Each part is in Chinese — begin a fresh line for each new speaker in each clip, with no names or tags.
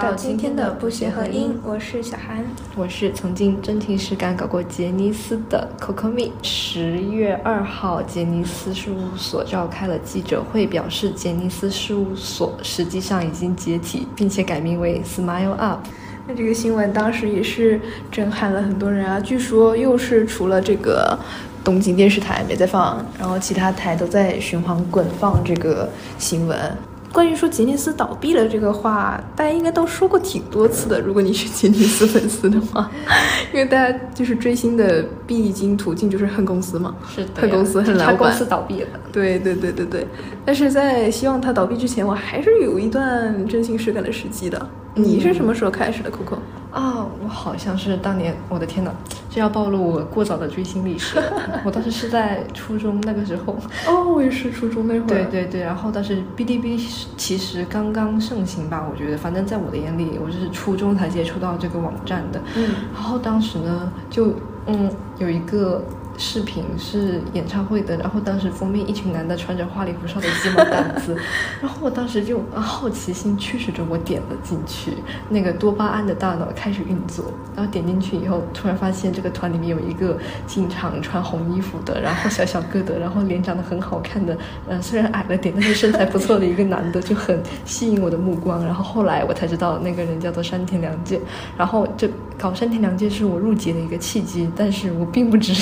到今天的不协和音，我是小韩。
我是曾经真情实感搞过杰尼斯的 Coco Mi。十月二号，杰尼斯事务所召开了记者会，表示杰尼斯事务所实际上已经解体，并且改名为 Smile Up。
那这个新闻当时也是震撼了很多人啊！据说又是除了这个
东京电视台没在放，然后其他台都在循环滚放这个新闻。
关于说杰尼斯倒闭了这个话，大家应该都说过挺多次的。如果你是杰尼斯粉丝的话， 因为大家就是追星的必经途径就是恨公司嘛，
是的
恨公司恨老
他
板。
公司倒闭了。
对对对对对，但是在希望它倒闭之前，我还是有一段真心实感的时期的。你是什么时候开始的，Coco？
啊、我好像是当年，我的天呐，这要暴露我过早的追星历史了。我当时是在初中那个时候，
哦，我也是初中那会
对对对，然后但是哔哩哔哩是其实刚刚盛行吧，我觉得，反正在我的眼里，我就是初中才接触到这个网站的。
嗯
然后当时呢，就嗯有一个视频是演唱会的，然后当时封面一群男的穿着花里胡哨的鸡毛掸 子，然后我当时就啊好奇心驱使着我点了进去，那个多巴胺的大脑开始运作，然后点进去以后，突然发现这个团里面有一个经常穿红衣服的，然后小小个的，然后脸长得很好看的，嗯、虽然矮了点，但是身材不错的一个男的，就很吸引我的目光。然后后来我才知道那个人叫做山田凉介，然后这搞山田凉介是我入籍的一个契机，但是我并不只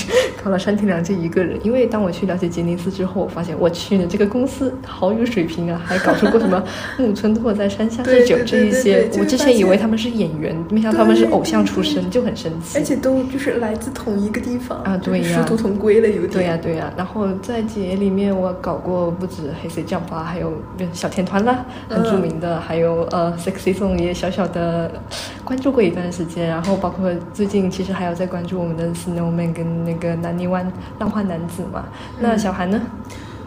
搞了山田凉介一个人，因为当我去了解杰尼斯之后，我发现我去呢这个公司好有水平啊，还搞出过 什么木村拓哉、山下智久
对对
这一
对
些
对，就
我
是
之
发
前以为
现
他们是演员，没想到他们是偶像出身，就很生气。
而且都就是来自同一个地方
啊对呀
就是殊途同归了，有点。
对呀、对呀、然后在姐里面，我搞过不止黑 C Jump 啊，还有小甜团啦，很著名的，还有呃 Sexy Zone 也小小的关注过一段时间，然后包括最近其实还有在关注我们的 Snowman 跟那个南泥湾浪花男子嘛。那小韩呢？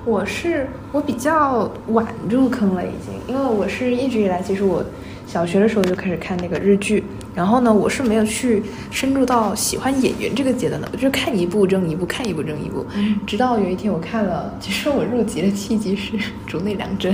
我是我比较晚入坑了，已经，因为我是一直以来，其实我小学的时候就开始看那个日剧，然后呢，我是没有去深入到喜欢演员这个阶段的，我就是看一部争一部，看一部争一部，直到有一天我看了，其实我入籍的契机是竹内良真，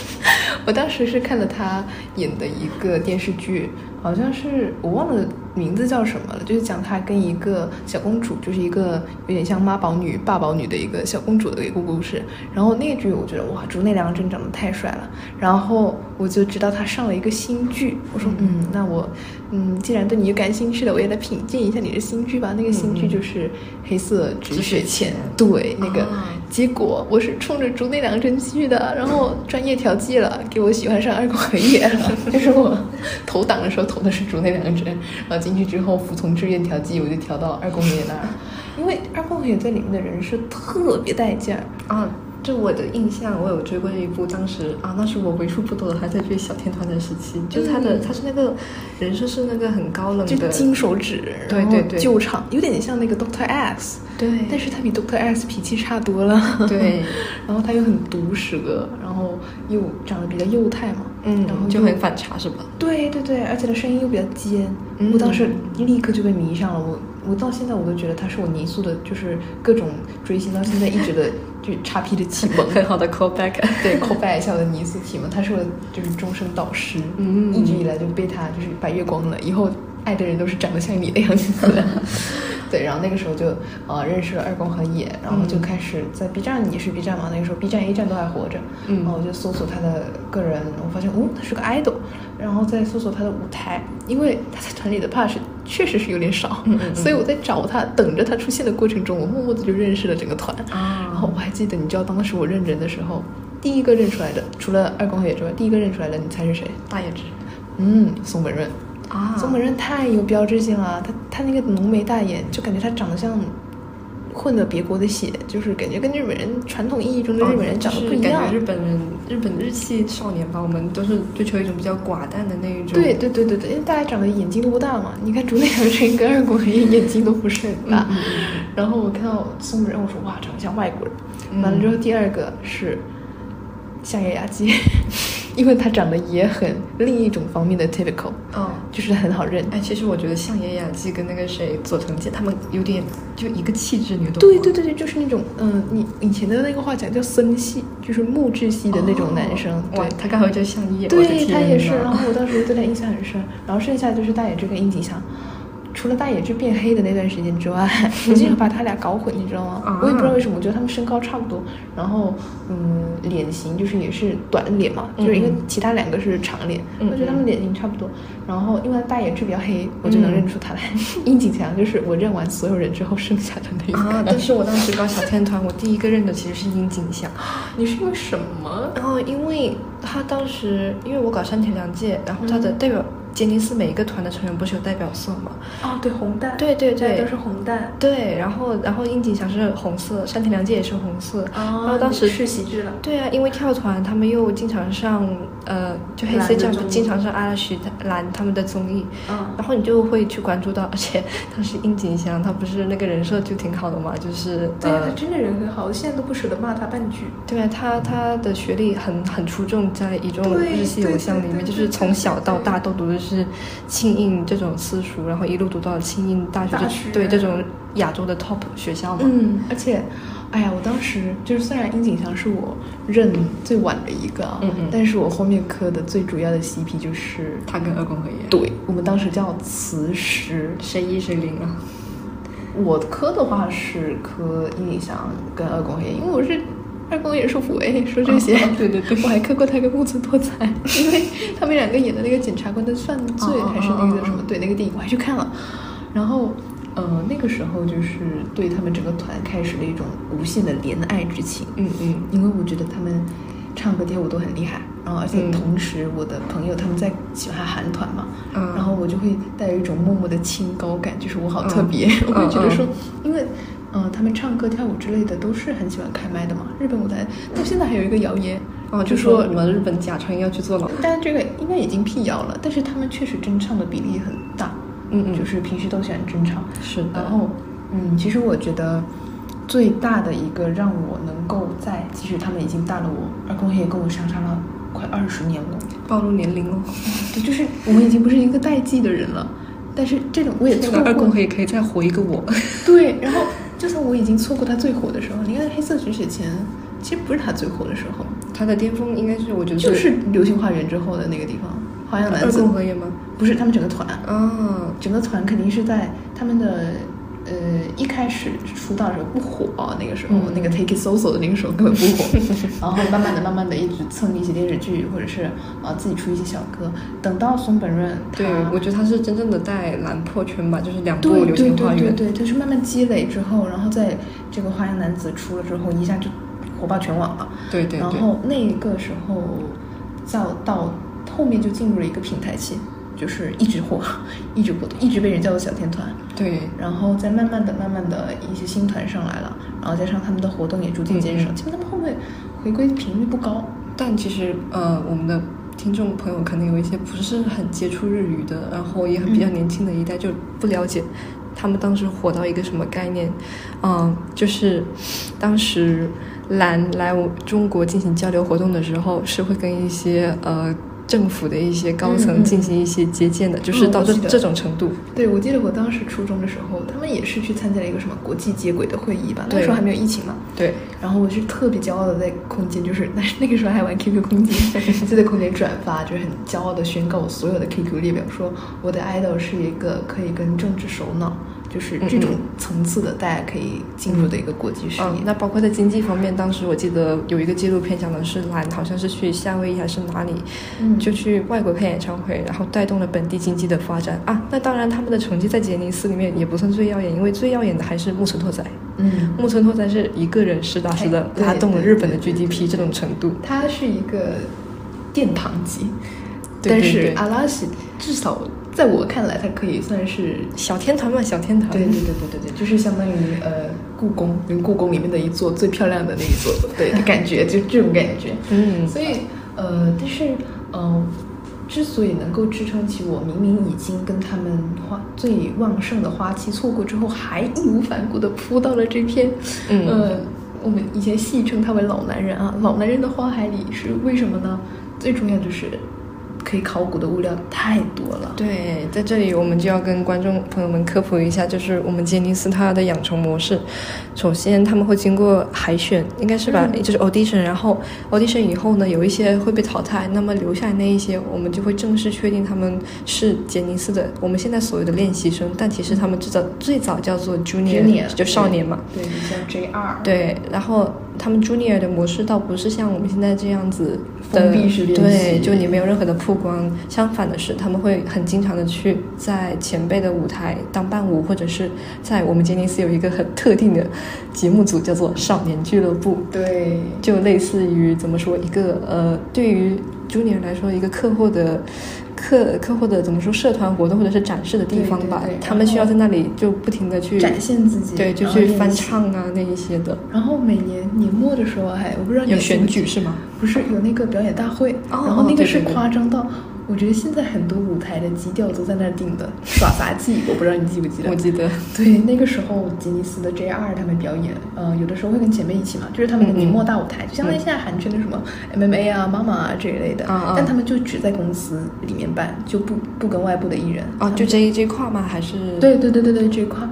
我当时是看了他演的一个电视剧，好像是我忘了名字叫什么了，就是讲她跟一个小公主，就是一个有点像妈宝女、爸宝女的一个小公主的一个故事。然后那个剧我觉得哇，竹内良真长得太帅了，然后我就知道她上了一个新剧，我说嗯，那我嗯，既然对你感兴趣了，我也来品鉴一下你的新剧吧。那个新剧就是《黑色嗯止血钳》，对，那个
啊
结果我是冲着竹内良真去的，然后专业调剂了，给我喜欢上二宫和也 了。就是我投档的时候投的是竹内良真，然后进去之后服从志愿调剂，我就调到二宫和也那儿，因为二宫和也在里面的人是特别带劲儿。
啊，就我的印象，我有追过这一部，当时啊，那是我为数不多的还在追小天团的时期，就他的、
嗯
他是那个人设是那个很高冷
就
的，
金手指，
对
然后
嗯对对
救场有点像那个 Doctor X，
对
但是他比 Doctor X 脾气差多了，
对，
然后他又很毒舌，然后又长得比较幼态嘛，
嗯
然后，
就
又
很反差是吧？
对对对，而且他声音又比较尖，
嗯
我当时立刻就被迷上了。我我到现在我都觉得他是我泥塑的，就是各种追星到现在一直的就 叉 P 的启蒙，
很好的 callback。
对 c o b a 笑的泥塑启蒙，他是我的就是终身导师，
嗯
一直以来就被他就是白月光了，以后爱的人都是长得像你的样 子的。对，然后那个时候就呃认识了二宫和也，然后就开始在 B 站也是 B 站嘛，那个时候 B 站 A 站都还活着，
嗯
然后我就搜索他的个人，我发现哦他是个 idol，然后再搜索他的舞台，因为他在团里的 pass 确实是有点少，
嗯嗯嗯
所以我在找他等着他出现的过程中，我默默的就认识了整个团，
啊
然后我还记得，你知道当时我认人的时候，第一个认出来的，除了二宫和也之外，第一个认出来的，你猜是谁？
大野智
嗯，松本润。
啊
松本润太有标志性了，他他那个浓眉大眼，就感觉他长得像混了别国的血，就是感觉跟日本人传统意义中的日本人长得不一样。
哦感觉日本人、日本日系少年吧，我们都是追求一种比较寡淡的那一种。
对，对对对对，因为大家长得眼睛都不大嘛，你看竹内良真跟二宫和也眼睛都不是很大。然后我看到松本润，我说哇，长得像外国人。完了之后，第二个是相野雅纪， 因为他长得也很另一种方面的 typical，
哦，
就是很好认。
哎，其实我觉得像野雅纪跟那个谁佐藤健他们有点就一个气质，你懂吗？
对对对对，就是那种嗯，你以前的那个话讲叫森系，就是木质系的那种男生。
哦哇，他刚好就像野，我的
对，对他
天
也是。
呐
然后我当时对他印象很深。然后剩下就是大野智跟樱井翔，除了大野智变黑的那段时间之外，我经常把他俩搞混，你知道吗
啊？
我也不知道为什么，我觉得他们身高差不多，然后嗯，脸型就是也是短脸嘛，就是因为
嗯嗯
其他两个是长脸，
嗯
我觉得他们
嗯
脸型差不多。然后因为大野智比较黑，我就能认出他来。樱井翔就是我认完所有人之后剩下的那个。
啊！但是我当时搞小天团，我第一个认的其实是樱井翔，
你是因为什么？
然后哦因为他当时因为我搞山田凉介，然后他的代表杰尼斯每一个团的成员不是有代表色嘛？
哦，对，红蛋，
对对
对，
对，
都是红蛋。
对，然后然后樱井翔是红色，山田凉介也是红
哦
色，然哦后当时
是喜剧了。
对啊，因为跳团他们又经常上呃，就黑
蓝
C
的
jump
综艺
经常上阿拉许兰他们的综艺，
嗯，
然后你就会去关注到，而且当时樱井翔他不是那个人设就挺好的嘛，就是
对啊，
呃
他真的人很好，我现在都不舍得骂他半句。
对啊，他他的学历很很出众，在一众
对
日系偶像里
对对
面，就是
对
从小到
对
大都读的是庆应这种私塾，然后一路读到庆应大学，
大
就
学
对这种亚洲的 top 学校嘛。
嗯，而且，哎呀，我当时就是虽然樱井翔是我认最晚的一个啊，
嗯嗯
但是我后面磕的最主要的 CP 就是，
他跟二宫和也，
对我们当时叫磁石。
谁一谁零啊？
我磕的话是磕樱井翔跟二宫也，因为我是。二宫也是虎 A，说这些，
哦对对对
我还磕过他跟木村拓 哉，因为他们两个演的那个检察官的犯罪
哦哦哦
还是那个叫什
哦
么
哦，
对那个电影我还去看了，然后呃那个时候就是对他们整个团开始了一种无限的怜爱之情，
嗯嗯，
因为我觉得他们唱歌跳舞都很厉害，然后而且
嗯
同时我的朋友他们在喜欢韩团嘛，
嗯
然后我就会带有一种默默的清高感，就是我好特
嗯
别， 我会觉
嗯嗯
得说，因为。嗯，他们唱歌、跳舞之类的都是很喜欢开麦的嘛。日本舞台到现在还有一个谣言，
哦，就
就
说
说
我们日本假唱要去做老，
但这个应该已经辟谣了，但是他们确实真唱的比例很大，
嗯嗯
就是平时都喜欢真唱。
是的
然后，嗯，其实我觉得最大的一个让我能够在，即使他们已经大了我，二宫也跟我相差了快二十年了，
暴露年龄哦。
对，就是我们已经不是一个代际的人了。 但是这种我也
那
错
个
过
二宫和也可以再活一个我。
对，然后就算我已经错过他最火的时候，你看《黑色止血钳》，其实不是他最火的时候，
他的巅峰应该是我觉得
就是《流星花园》之后的那个地方，花样男
二
子
宫和也吗？
不是他们整个团，
啊，
整个团肯定是在他们的呃一开始出道的时候不火，那个时候、
嗯
那个 Take It So So 的那个时候根本不 火，然后慢慢的、慢慢的一直蹭一些电视剧，或者是呃自己出一些小歌。等到松本润他
对，我觉得他是真正的带蓝破圈吧，就是两部《
对
流
对
星
对
花
对
园》。
对，就是慢慢积累之后，然后在这个花样男子出了之后，一下就火爆全网了。
对对
然
对，
后那个时候，到到后面就进入了一个平台期，就是一直火，一直火，一直被人叫做小天团。
对
然后再慢慢的、慢慢的一些新团上来了，然后加上他们的活动也逐渐减少，
嗯
其实他们后面回归频率不高。
但其实呃，我们的听众朋友可能有一些不是很接触日语的，然后也很比较
嗯
年轻的一代，就不了解他们当时火到一个什么概念。嗯、就是当时蓝来我中国进行交流活动的时候，是会跟一些呃。政府的一些高
嗯嗯
层
嗯
进行一些接见的，就是
嗯
到
我
这
记得
这种程度。
对，我记得我当时初中的时候，他们也是去参加了一个什么国际接轨的会议吧，那
对
时候还没有疫情嘛。
对，
然后我是特别骄傲的在空间，就是 那那个时候还玩 QQ 空间，就在空间转发，就是很骄傲的宣告我所有的 QQ 列表，说我的 idol 是一个可以跟政治首脑，就是这种
嗯
层次的，大家可以进入的一个国际视野。
嗯，那包括在经济方面，当时我记得有一个纪录片讲的是蓝，好像是去夏威夷还是哪里，
嗯
就去外国开演唱会，然后带动了本地经济的发展啊。那当然，他们的成绩在杰尼斯里面也不算最耀眼，因为最耀眼的还是木村拓哉。
嗯，
木村拓哉是一个人实打实的
哎对
拉动了
对
日本的
对对
GDP 这种程度。
它是一个殿堂级，
对
但
对
是
对
阿拉西至少在我看来，它可以算是。
小天团嘛，小天团。
对对对对对对，就是相当于呃故宫，跟故宫里面的一座最漂亮的那一座，对，感觉就这种感觉。
嗯，
所以呃，但是呃，之所以能够支撑起我明明已经跟他们花最旺盛的花期错过之后，还义无反顾的扑到了这片，
嗯
呃，我们以前戏称它为老男人啊，老男人的花海里是为什么呢？最重要就是可以考古的物料太多了。
对，在这里我们就要跟观众朋友们科普一下，就是我们杰尼斯它的养成模式。首先他们会经过海选，应该是吧，
嗯
就是 audition，然后 audition 以后呢，有一些会被淘汰，那么留下来那一些，我们就会正式确定他们是杰尼斯的，我们现在所谓的练习生，但其实他们最早最早叫做 junior，,
Junior，
就少年嘛。
对，你叫 JR。
对，然后他们 junior 的模式倒不是像我们现在这样子的
封闭式练习
对，就你没有任何的曝光。相反的是，他们会很经常的去在前辈的舞台当伴舞，或者是在我们杰尼斯有一个很特定的节目组叫做少年俱乐部，
对，
就类似于怎么说一个呃，对于 junior 来说一个课后的。呃课课后的怎么说社团活动或者是展示的地
对
方
对
吧，
对
他们需要
然后
在那里就不停的去
展现自己，
对，就
然后
去
练
翻
习。
唱啊那一些的。
然后每年年末的时候还，我不知道你
有
记不
选
记
举是吗？
不是有那个表演大会，
哦
然后那
对
个是
对对
夸张到，我觉得现在很多舞台的基调都在那儿定的，耍杂 技，我不知道你记不记得
我。记得，
对，那个时候杰尼斯的 JR 他们表演，呃，有的时候会跟前辈一起嘛，就是他们的
嗯嗯
年末大舞台，就相当于现在韩圈的什么 MMA 啊、妈妈啊这一类的，
啊啊
但他们就只在公司里面办，就不不跟外部的艺人
哦，就这一这一块吗？还是
对对对对对，这块，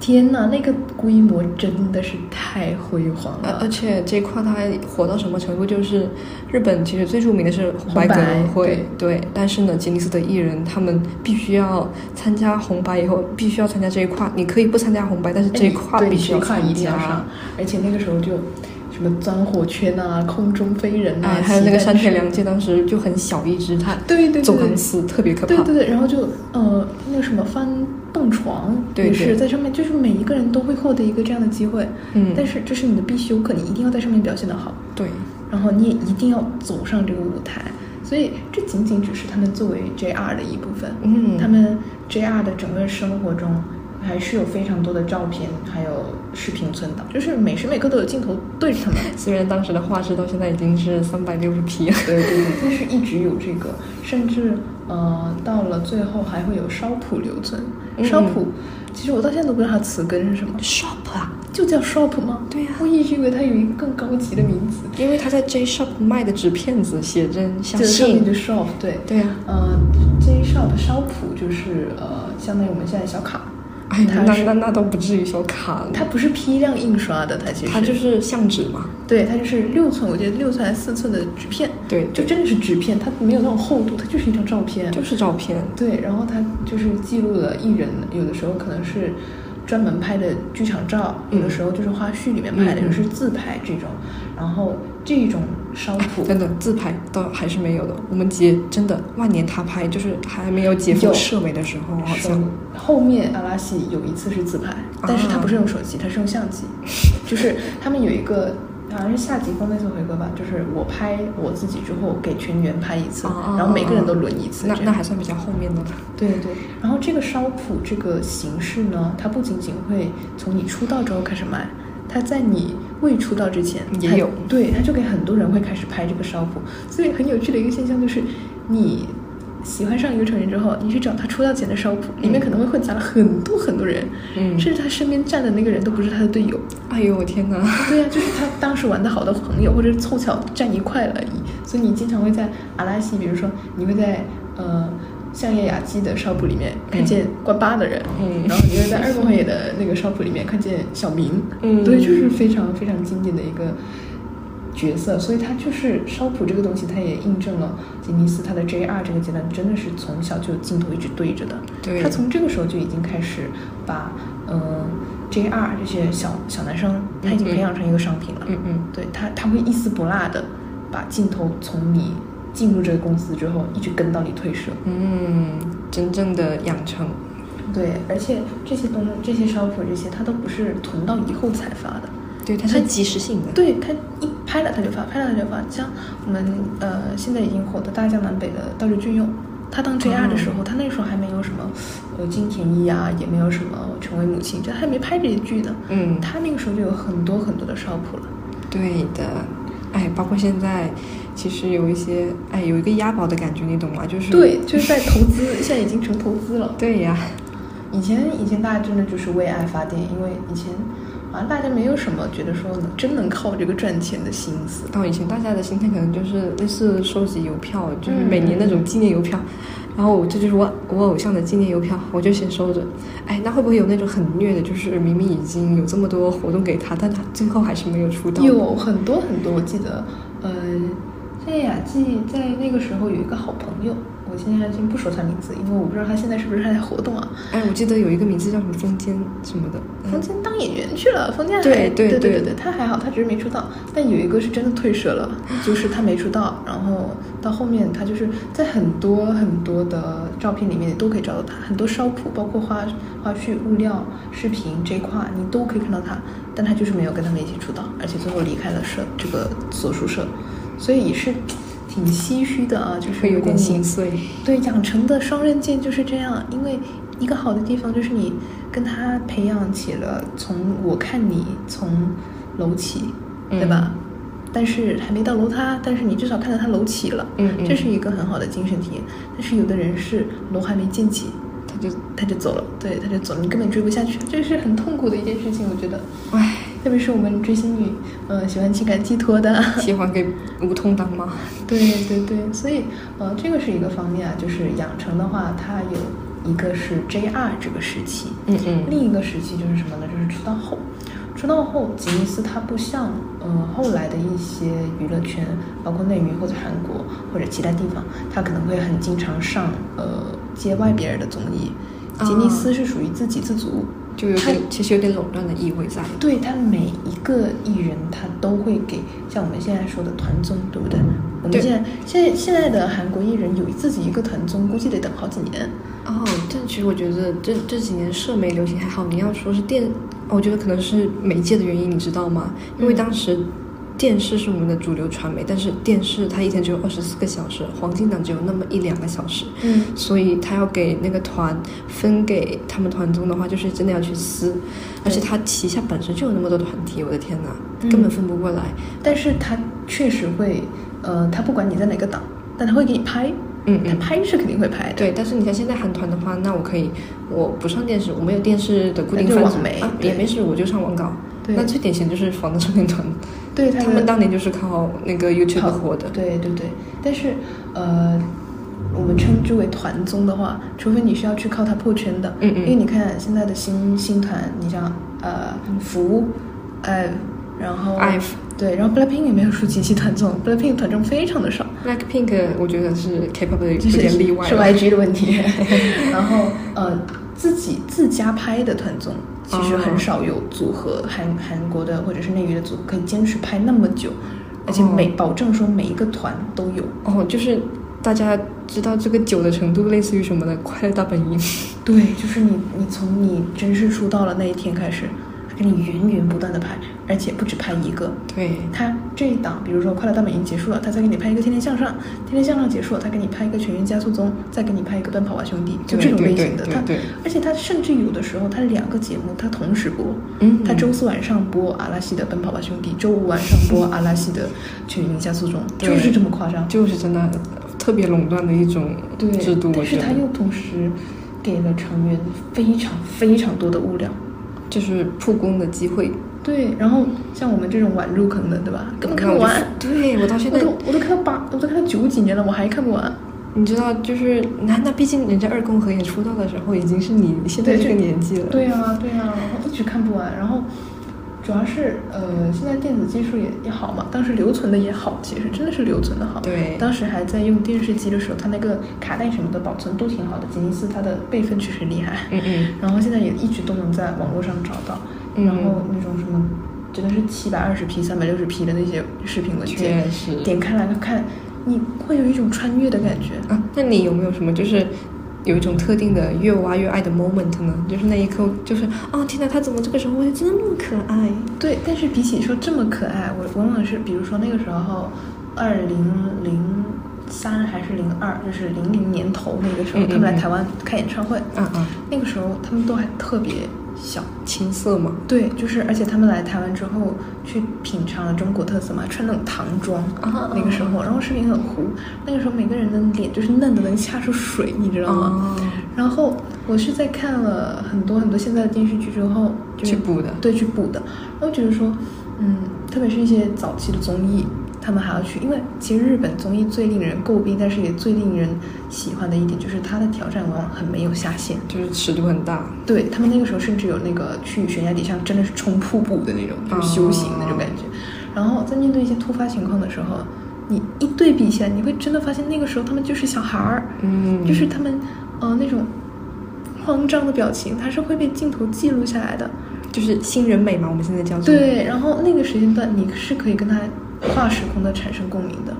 天呐，那个规模真的是太辉煌
呃，
了
而。且这一块它火到什么程度？就是日本其实最著名的是红白
红白
歌会，对。但是呢，杰尼斯的艺人他们必须要参加红白以后，必须要参加这一块。你可以不参加红白，但是这一块
哎对
必须
这
要
一块一
参
定要上
加。，
而且那个时候就什么钻火圈啊、空中飞人啊，
哎，还有那个
骑
山
单
田
车，
凉介当时就很小一只，他
对对对
走钢丝特别可
对
怕。
对对，然后就呃那个什么翻蹦床，
对
也
对
是在上面，就是每一个人都会获得一个这样的机会，
嗯
但是这是你的必修课，你一定要在上面表现得好，
对
然后你也一定要走上这个舞台，所以这仅仅只是他们作为 JR 的一部分，
嗯
他们 JR 的整个生活中还是有非常多的照片，还有视频存档，就是每时每刻都有镜头对着他 们，
虽然当时的画质到现在已经是三百六十 P 了。
对对对，但是一直有这个，甚至呃，到了最后还会有烧谱留存。
嗯
烧谱，其实我到现在都不知道它词根是什么，
shop 啊，
就叫 shop 吗？
对呀
我一直以为它有一个更高级的名字，
因为他在 J Shop 卖的纸片子写真相
就上面
信
的，shop 对。
对啊，
呃，J shop 烧谱就是呃，相当于我们现在小卡，
哎，
它
那
是
那那都不至于小卡了，
它不是批量印刷的，它其实
它就是相纸嘛，
对，它就是六寸，我觉得六寸还是四寸的纸片，
对
就
对
真的是纸片，它没有那种厚度，它就是一张照片，
就是照片，
对，然后他就是记录了艺人，有的时候可能是专门拍的剧场照，有的时候就是花絮里面拍的，
嗯嗯
有的是自拍这种。然后这种烧谱
真的自拍倒还是没有的。我们姐真的万年他拍，就是还没有姐夫
有
设美的时候，好
手
像
后面阿拉西有一次是自拍，
啊
但是他不是用手机，他是用相 机，就是他们有一个。好像是夏季风那次回合吧，就是我拍我自己之后给全员拍一次，
哦哦
然后每个人
哦
都轮一次，
那
这样
那还算比较后面的了。
对对，然后这个烧谱这个形式呢，它不仅仅会从你出道之后开始卖，它在你未出道之前
也
它
有
对，它就给很多人会开始拍这个烧谱，所以很有趣的一个现象就是，你嗯喜欢上一个成员之后，你去找他出道前的烧谱，里面可能会混杂了很多很多人，
嗯
甚至他身边站的那个人都不是他的队友，
哎呦我天哪！
对呀、就是他当时玩的好的朋友，或者是凑巧站一块了而已。所以你经常会在阿拉西，比如说你会在呃相叶雅纪的 shop 里面看见关八的人，
嗯
然后你会在二宫野的那个 shop 里面看见小明，
嗯
对，就是非常非常经典的一个。角色，所以他就是烧谱这个东西，它也印证了吉尼斯他的 JR 这个阶段真的是从小就有镜头一直对着的，
对
他从这个时候就已经开始把嗯、呃 JR 这些小小男生，他已经
嗯嗯
培养成一个商品了，
嗯嗯，
对他，他会一丝不落的把镜头从你进入这个公司之后，一直跟到你退社。
嗯，真正的养成，
对，而且这些东这些烧谱这些，它都不是囤到以后才发的。
对，它是即时性的。
对，它一拍了它就发，拍了它就发。像我们呃现在已经火的大江南北的道具俊佑，他当 JR 的时候，他那时候还没有什么呃金田一啊，也没有什么成为母亲，就他还没拍这些剧呢。
嗯
他那个时候就有很多很多的烧谱了。
对的，哎，包括现在，其实有一些，哎，有一个押宝的感觉，你懂吗？就是
对，就是在投资， 现在已经成投资了。
对呀，
以前以前大家真的就是为爱发电，因为以前好像大家没有什么觉得说能真能靠这个赚钱的心思。
到以前大家的心态可能就是类似收集邮票，就是每年那
嗯
种纪念邮票，然后这就是我我偶像的纪念邮票，我就先收着。哎，那会不会有那种很虐的，就是明明已经有这么多活动给他，但他最后还是没有出道？
有很多很多，我记得，呃，在雅纪在那个时候有一个好朋友，我现在先不说他名字，因为我不知道他现在是不是还在活动啊。
哎，我记得有一个名字叫什么风间什么的，嗯
冯坚当演员去了，冯坚还
对对
对对
对
对，他还好，他只是没出道。但有一个是真的退社了，就是他没出道，然后到后面他就是在很多很多的照片里面你都可以找到他，很多烧谱，包括花花絮、物料、视频这一块，你都可以看到他，但他就是没有跟他们一起出道，而且最后离开了社这个所属社，所以也是挺唏嘘的啊，就是
会有
如果
点
你
心碎。
对，养成的双刃剑就是这样，因为一个好的地方就是你跟他培养起了从我看你从楼起，对吧？
嗯
但是还没到楼塌，但是你至少看到他楼起了，
嗯嗯
这是一个很好的精神体验。但是有的人是楼还没建起，
他就
他就走了，对，他就走了，你根本追不下去，这是很痛苦的一件事情，我觉得。
唉，
特别是我们追星女，呃，喜欢情感寄托的，
喜欢给无痛当妈。
对对对，所以呃，这个是一个方面啊，就是养成的话，它有一个是 JR 这个时期，
嗯嗯
另一个时期就是什么呢？就是出道后。出道后，吉尼斯它不像呃后来的一些娱乐圈，包括内娱或者韩国或者其他地方，它可能会很经常上呃接外别人的综艺。吉尼斯是属于自给自足，
哦就有
它
点，其实有点垄断的意味在。
对他每一个艺人，他都会给像我们现在说的团综，对不对？我们
对
现在现在现在的韩国艺人有自己一个团综，估计得等好几年。
哦，但其实我觉得这这几年社媒流行还好，你要说是电，哦我觉得可能是媒介的原因，你知道吗？因为
嗯
当时电视是我们的主流传媒，但是电视它一天只有二十四个小时，黄金档只有那么一两个小时，
嗯
所以他要给那个团分给他们团中的话，就是真的要去撕，而且他旗下本身就有那么多团体，我的天哪，
嗯
根本分不过来。
但是他确实会，呃，他不管你在哪个档，但他会给你拍，
嗯
他
嗯。
拍是肯定会拍的。
对，但是你像现在韩团的话，那我可以，我不上电视，我没有电视的固定
那就
番
网
组
媒
啊，
对
也没事，我就上网搞。
对
那最典型就是防弹少年团，
对，他
他们当年就是靠那个 YouTube
好
火的。
对对对，但是呃，我们称之为团综的话，除非你是要去靠它破圈的，
嗯嗯
因为你看现在的新新团，你像呃
嗯
福，呃，然后
IVE
对，然后 BLACKPINK 也没有出几期团综，BLACKPINK 团综非常的少，
Blackpink 我觉得是 K-pop 的有
就是
点例外
是
了。
YG 的问 题，然后呃自己自家拍的团综。其实
哦
很少有组合韩韩国的或者是内娱的组合可以坚持拍那么久，而且每、
哦
保证说每一个团都有，
哦，就是大家知道这个酒的程度，类似于什么的《快乐大本营》。
对，就是你，你从你正式出道的那一天开始，他给你源源不断的拍，而且不止拍一个。
对，
他这一档，比如说《快乐大本营》结束了，他再给你拍一个《天天向上》，《天天向上》结束了，他给你拍一个《全员加速中》，再给你拍一个《奔跑吧兄弟》，就
对
这种
对
类
对
型的。
对
他
对，
而且他甚至有的时候，他两个节目他同时播，
嗯
他周四晚上播阿拉西的《奔跑吧兄弟》，周五晚上播阿拉西的《全员加速中》，
对
就是这么夸张。
嗯就是真的特别垄断的一种
对，
制度，我
但是
觉
他
得
又同时给了成员非常非常多的物料。
就是曝光的机会。
对，然后像我们这种晚入坑的，对吧？根本看不
我就
完。
对我到现
我
在
都我都看到八，我都看到九几年了，我还看不完。
你知道，就是那那毕竟人家二宫和也出道的时候，已经是你现在
对
这个
就
年纪了。
对啊，对啊，然后一直看不完。然后主要是呃，现在电子技术也也好嘛，当时留存的也好，其实真的是留存的好。
对
当时还在用电视机的时候，它那个卡带什么的保存都挺好的。吉尼斯它的备份确实厉害。
嗯嗯，
然后现在也一直都能在网络上找到，
嗯
然后那种什么真的是七百二十 P、三百六十 P 的那些视频文件
确，实
点开来看，你会有一种穿越的感觉。
啊，那你有没有什么就是有一种特定的越挖越爱的 moment 呢？就是那一刻，就是啊，天哪，他怎么这个时候会这么可爱？
对，但是比起说这么可爱，我往往是比如说那个时候，二零零三还是零二，就是零零年头那个时候，
嗯嗯
他们来
嗯
台湾开演唱会，
啊啊，
那个时候他们都还特别小，
青涩嘛，
对，就是，而且他们来台湾之后，去品尝了中国特色嘛，穿那种唐装，
啊
那个时候，然后视频很糊，那个时候每个人的脸就是嫩的能掐出水，你知道吗？
哦
然后我是在看了很多很多现在的电视剧之后，就是
去补的
对，去补的。然后觉得说，嗯，特别是一些早期的综艺，他们还要去，因为其实日本综艺最令人诟病，但是也最令人喜欢的一点就是它的挑战往往很没有下限。
就是尺度很大。
对他们那个时候甚至有那个去悬崖底下真的是冲瀑布的那种，就是修行那种感觉。然后在面对一些突发情况的时候，你一对比起来，你会真的发现那个时候他们就是小孩儿，
嗯
就是他们呃那种慌张的表情，它是会被镜头记录下来的。
就是新人美嘛，我们现在叫做
对，然后那个时间段你是可以跟他跨时空的产生共鸣的，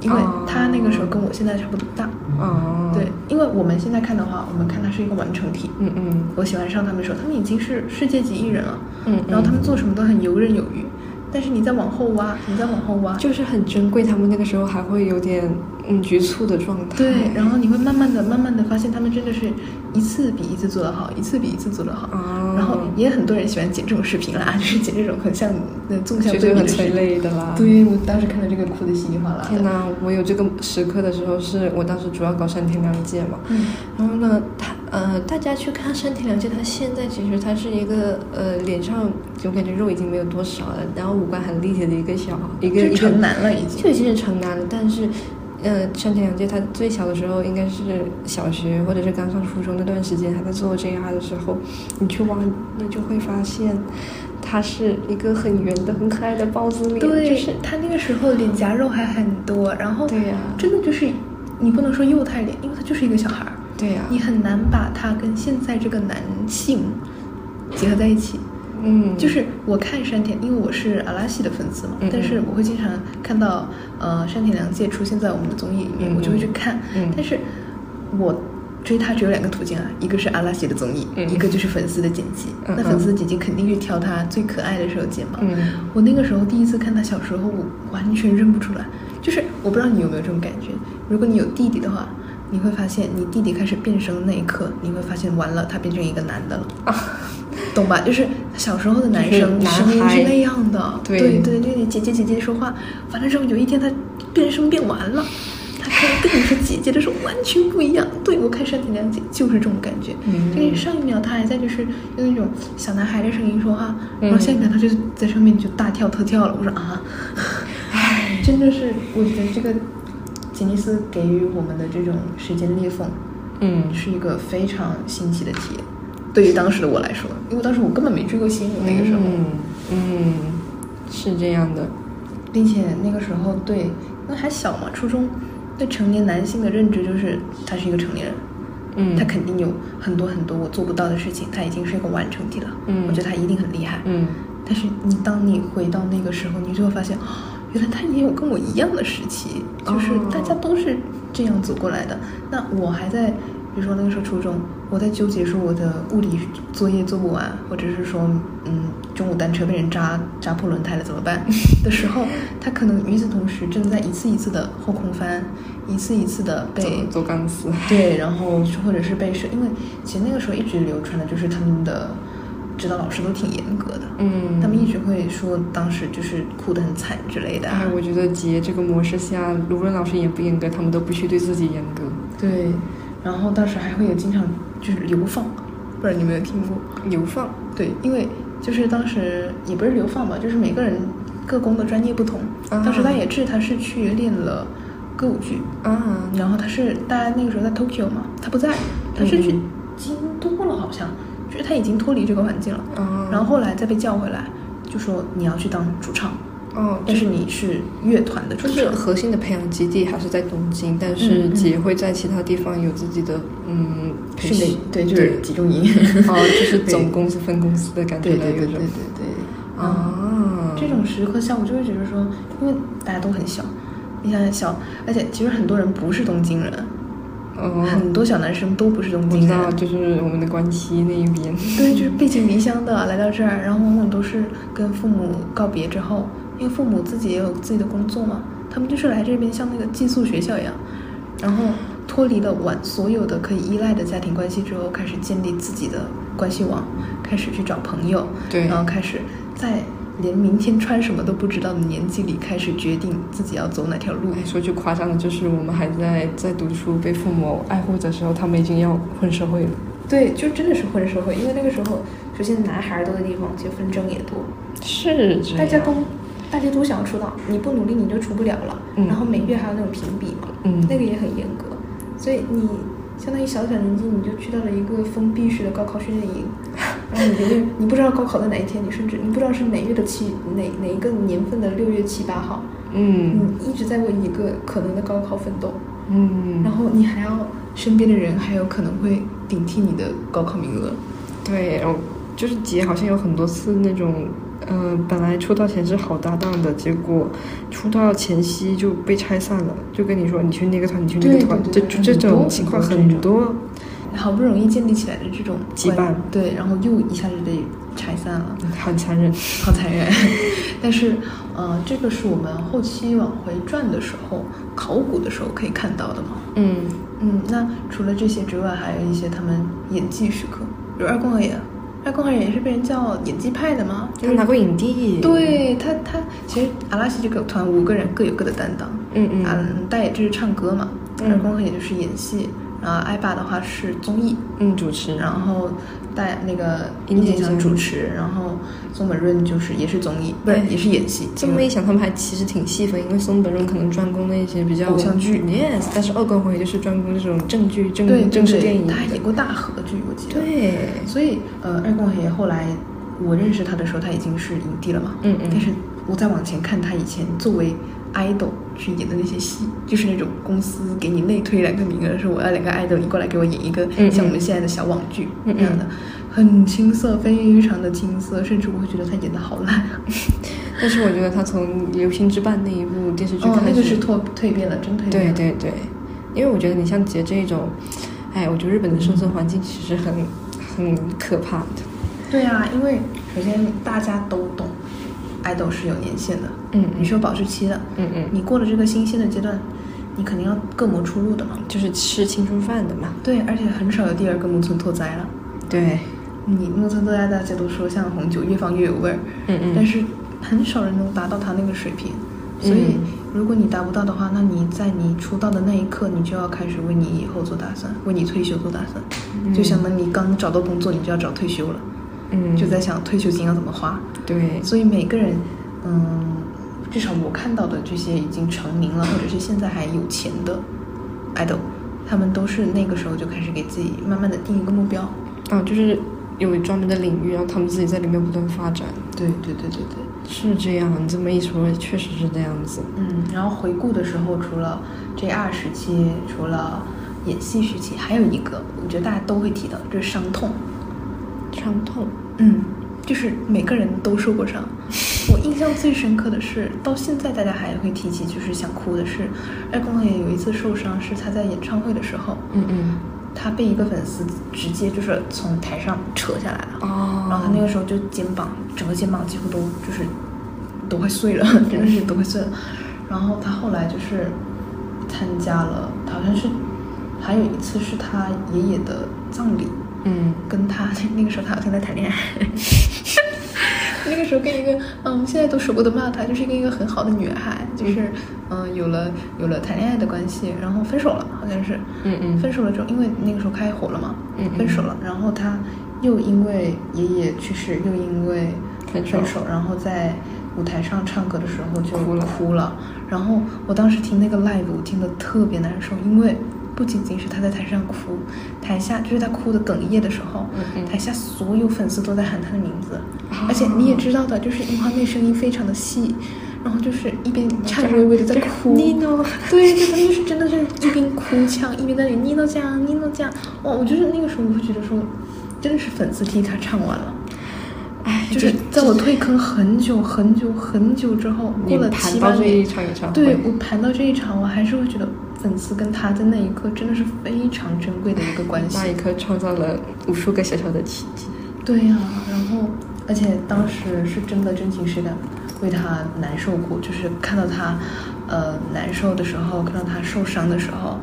因为他那个时候跟我现在差不多大。
哦，
对，，因为我们现在看的话，我们看他是一个完成体，
嗯嗯
我喜欢上他们的时候，他们已经是世界级艺人了，
嗯，
然后他们做什么都很游刃有余。但是你再往后挖，你再往后挖，
就是很珍贵，他们那个时候还会有点嗯局促的状态。
对，然后你会慢慢的、慢慢的发现，他们真的是一次比一次做得好，一次比一次做得好。
哦
然后也很多人喜欢剪这种视频啦，就是剪这种很像那纵向
就
对
是
比
很
的视
催
频。
泪的啦。
对，我当时看到这个哭的稀里哗啦
啊天
的。
呐，我有这个时刻的时候，是我当时主要搞山田凉介嘛，
嗯
然后呢，他呃，大家去看山田凉介，他现在其实他是一个呃，脸上我感觉肉已经没有多少了，然后五官很立体的一个小一个
就
一
是
个
成男了已经
就已经是成男了，但是。呃，山田凉介他最小的时候应该是小学或者是刚上初中那段时间，还在做 JR 的时候，你去挖，你就会发现，他是一个很圆的、很可爱的包子脸，
对，
就是
他那个时候脸颊肉还很多，然后
对呀
真的就是你不能说幼态脸，因为他就是一个小孩儿，
对呀、
你很难把他跟现在这个男性结合在一起。
嗯，
就是我看山田，因为我是阿拉西的粉丝嘛，
嗯嗯
但是我会经常看到呃山田凉介出现在我们的综艺里面，
嗯嗯
我就会去看。
嗯
但是我追他只有两个途径啊，一个是阿拉西的综艺，
嗯
一个就是粉丝的剪辑。
嗯
那
嗯
粉丝的剪辑肯定是挑他最可爱的时候剪嘛。
嗯
我那个时候第一次看他小时候，我完全认不出来，就是我不知道你有没有这种感觉。如果你有弟弟的话，你会发现你弟弟开始变声的那一刻，你会发现完了，他变成一个男的了。懂吧？就是小时候的男生
就是男
声音
孩
是那样的，
对
对对，就你姐姐姐姐说话，完了之后有一天他变声变完了，他开始跟你说姐姐的时候完全不一样。对我看山田凉介就是这种感觉，
嗯
就是上一秒他还在就是用那种小男孩的声音说话，然后
嗯
下一秒他就在上面就大跳特跳了。我说 啊，真的是，我觉得这个杰尼斯给予我们的这种时间裂缝，
嗯
是一个非常新奇的体验。对于当时的我来说，因为当时我根本没追过星，我那个时候，
嗯嗯，是这样的，
并且那个时候对，因为还小嘛，初中对成年男性的认知就是他是一个成年人，
嗯，
他肯定有很多很多我做不到的事情，他已经是一个完成体了，
嗯
我觉得他一定很厉害，
嗯
但是你当你回到那个时候，你就会发现，哦原来他也有跟我一样的时期，就是
哦
大家都是这样走过来的。那我还在，比如说那个时候初中，我在纠结说我的物理作业做不完，或者是说，嗯，中午单车被人扎扎破轮胎了怎么 办的时候，他可能与此同时正在一次一次的后空翻，一次一次的被
走走钢丝，
对，然后或者是被是因为其实那个时候一直流传的就是他们的指导老师都挺严格的，
嗯
他们一直会说当时就是哭得很惨之类的啊。
哎，我觉得杰这个模式下，无论老师严不严格，他们都必须对自己严格。
对，然后当时还会有经常就是流放，不知道你有没有听过？
流放，
对，因为就是当时也不是流放吧，就是每个人各工的专业不同。
啊
当时大野智他是去练了歌舞剧，
啊，
然后他是大家那个时候在 Tokyo 嘛，他不在，他是去
嗯
京都了，好像，就是他已经脱离这个环境了。
啊
然后后来再被叫回来，就说你要去当主唱，
哦，
但
就是是
你是乐团的主
就
唱，
是核心的培养基地还是在东京，但是
嗯嗯
杰会在其他地方有自己的嗯培
训练
训，
对，就是集中 营。
哦，就是总
对
公司分公司的感觉
对
了，
对对对
有
对
种
对对，
啊，
这种时刻下，我就会觉得说，因为大家都很小，你想想小，而且其实很多人不是东京人，
哦，
很多小男生都不是东
我
京
知道，
人，
就是我们的关西那一边，
对，就是背井离乡的来到这儿，然后往往都是跟父母告别之后，因为父母自己也有自己的工作嘛，他们就是来这边像那个寄宿学校一样，然后脱离了完所有的可以依赖的家庭关系之后，开始建立自己的关系网，开始去找朋友，
对
然后开始在连明天穿什么都不知道的年纪里开始决定自己要走哪条路。
哎说句夸张的，就是我们还在在读书被父母爱护的时候，他们已经要混社会了。
对，就真的是混
社会，因为那个时候，首先男孩儿多的地方，其实纷争也多，
是这样。
大家都大家都想要出道，你不努力你就出不了了。
嗯
然后每月还有那种评比嘛，
嗯
那个也很严格，所以你相当于小小年纪你就去到了一个封闭式的高考训练 营，然后你就会你不知道高考在哪一天，你甚至你不知道是哪月的七哪哪一个年份的六月七八号，
嗯
你一直在为一个可能的高考奋斗，
嗯，
然后你还要身边的人还有可能会顶替你的高考名额。
对，然后就是姐好像有很多次那种，呃，本来出道前是好搭档的，结果出道前夕就被拆散了，就跟你说你去那个团，你去那
对
个团，
对
这
对
就
很
这种
多
情
很
况
多这
很
种
多。
好不容易建立起来的这种
羁绊
关，对，然后又一下子被拆散了，
很残忍，
好残忍。 但是，呃，这个是我们后期往回转的时候，考古的时候可以看到的嘛。
嗯，
嗯，那除了这些之外，还有一些他们演技时刻，比如二宫和也，二宫和也是被人叫演技派的嘛，
他拿过影帝，，
对他，他其实阿拉西这个团五个人各有各的担当。
嗯嗯
啊，大野就是唱歌嘛，
嗯
二宫和也就是演戏，然后艾爸的话是综艺，
嗯，主持，
然后大那个
殷
殷
景
景祥
祥
主持，然后松本润就是也是综艺，不是
对
也是演戏。
这么一想，他们还其实挺细分，因为松本润可能专攻那些比较
偶像剧
，yes，但是二宫和也就是专攻这种正剧、正
对
正式
对
电影的
他还演过大河剧，我记得。，
对，
所以呃，二宫和也后来我认识他的时候，他已经是影帝了嘛。
嗯嗯
但是我再往前看，他以前作为 idol 去演的那些戏，就是那种公司给你内推两个名额，说我要两个 idol，你过来给我演一个
嗯嗯
像我们现在的小网剧
嗯嗯
那样的，很青涩，非常的青涩，甚至我会觉得他演的好烂。啊
但是我觉得他从《流星之绊》那一部电视剧
哦，
开
那个
始，
是蜕蜕变了，真蜕变
对
了。
对对，因为我觉得你像姐这种，哎，我觉得日本的生存环境其实很很可怕的。
对啊，因为首先大家都懂，idol 是有年限的，
嗯嗯
你是有保质期的，
嗯嗯
你过了这个新鲜的阶段，你肯定要各谋出路的嘛。
就是吃青春饭的嘛。
对，而且很少有第二个木村拓哉了。
对，
你木村拓哉大家都说像红酒越放越有味儿，
嗯嗯
但是很少人能达到他那个水平，所以
嗯
如果你达不到的话，那你在你出道的那一刻，你就要开始为你以后做打算，为你退休做打算，就相当于你刚找到工作，你就要找退休了，
嗯，
就在想退休金要怎么花，
对，
所以每个人，嗯，至少我看到的这些已经成名了，或者是现在还有钱的 idol，他们都是那个时候就开始给自己慢慢的定一个目标。
啊，就是有专门的领域，然后他们自己在里面不断发展。
对对对对对，
是这样，你这么一说，确实是这样子。
嗯，然后回顾的时候，除了 JR 时期，除了演戏时期，还有一个我觉得大家都会提到，就是伤痛。
伤痛，
嗯，就是每个人都受过伤。我印象最深刻的是，到现在大家还会提起，就是想哭的是，二宫和也有一次受伤是他在演唱会的时候，
嗯嗯，
他被一个粉丝直接就是从台上扯下来了，
哦
然后他那个时候就肩膀整个肩膀几乎都就是都快碎了，真的是都快碎了。然后他后来就是参加了，好像是还有一次是他爷爷的葬礼，
嗯，
跟他那个时候他好像在谈恋爱。 那个时候跟一个嗯，现在都舍不得骂她，就是跟一个很好的女孩，就是嗯，有了有了谈恋爱的关系，然后分手了，好像是，
嗯嗯
分手了之后，因为那个时候开火了嘛，
嗯嗯
分手了，然后她又因为爷爷去世，又因为
分手
手，然后在舞台上唱歌的时候就
哭了
哭了，然后我当时听那个 live，我听得特别难受，因为不仅仅是她在台上哭，台下就是她哭的哽咽的时候，
嗯嗯
台下所有粉丝都在喊她的名字，
啊
而且你也知道的，就是樱花妹声音非常的细，然后就是一
哦
边颤巍巍的在哭。
Nino
对，就他们就是真的是一边哭腔，一边在那里妮诺这样，妮诺这样。哇，我就是那个时候我会觉得说，真的是粉丝替他唱完了。
哎，
就是在我退坑很久很久很久之后，
你
过了
盘
七
到
八
这
年，
一场演唱会
对我盘到这一场，我还是会觉得粉丝跟他在那一刻真的是非常珍贵的一个关系
哎那。一刻创造了无数个小小的奇迹。
对呀、然后而且当时是真的真情实感为他难受过，就是看到他呃难受的时候，看到他受伤的时候，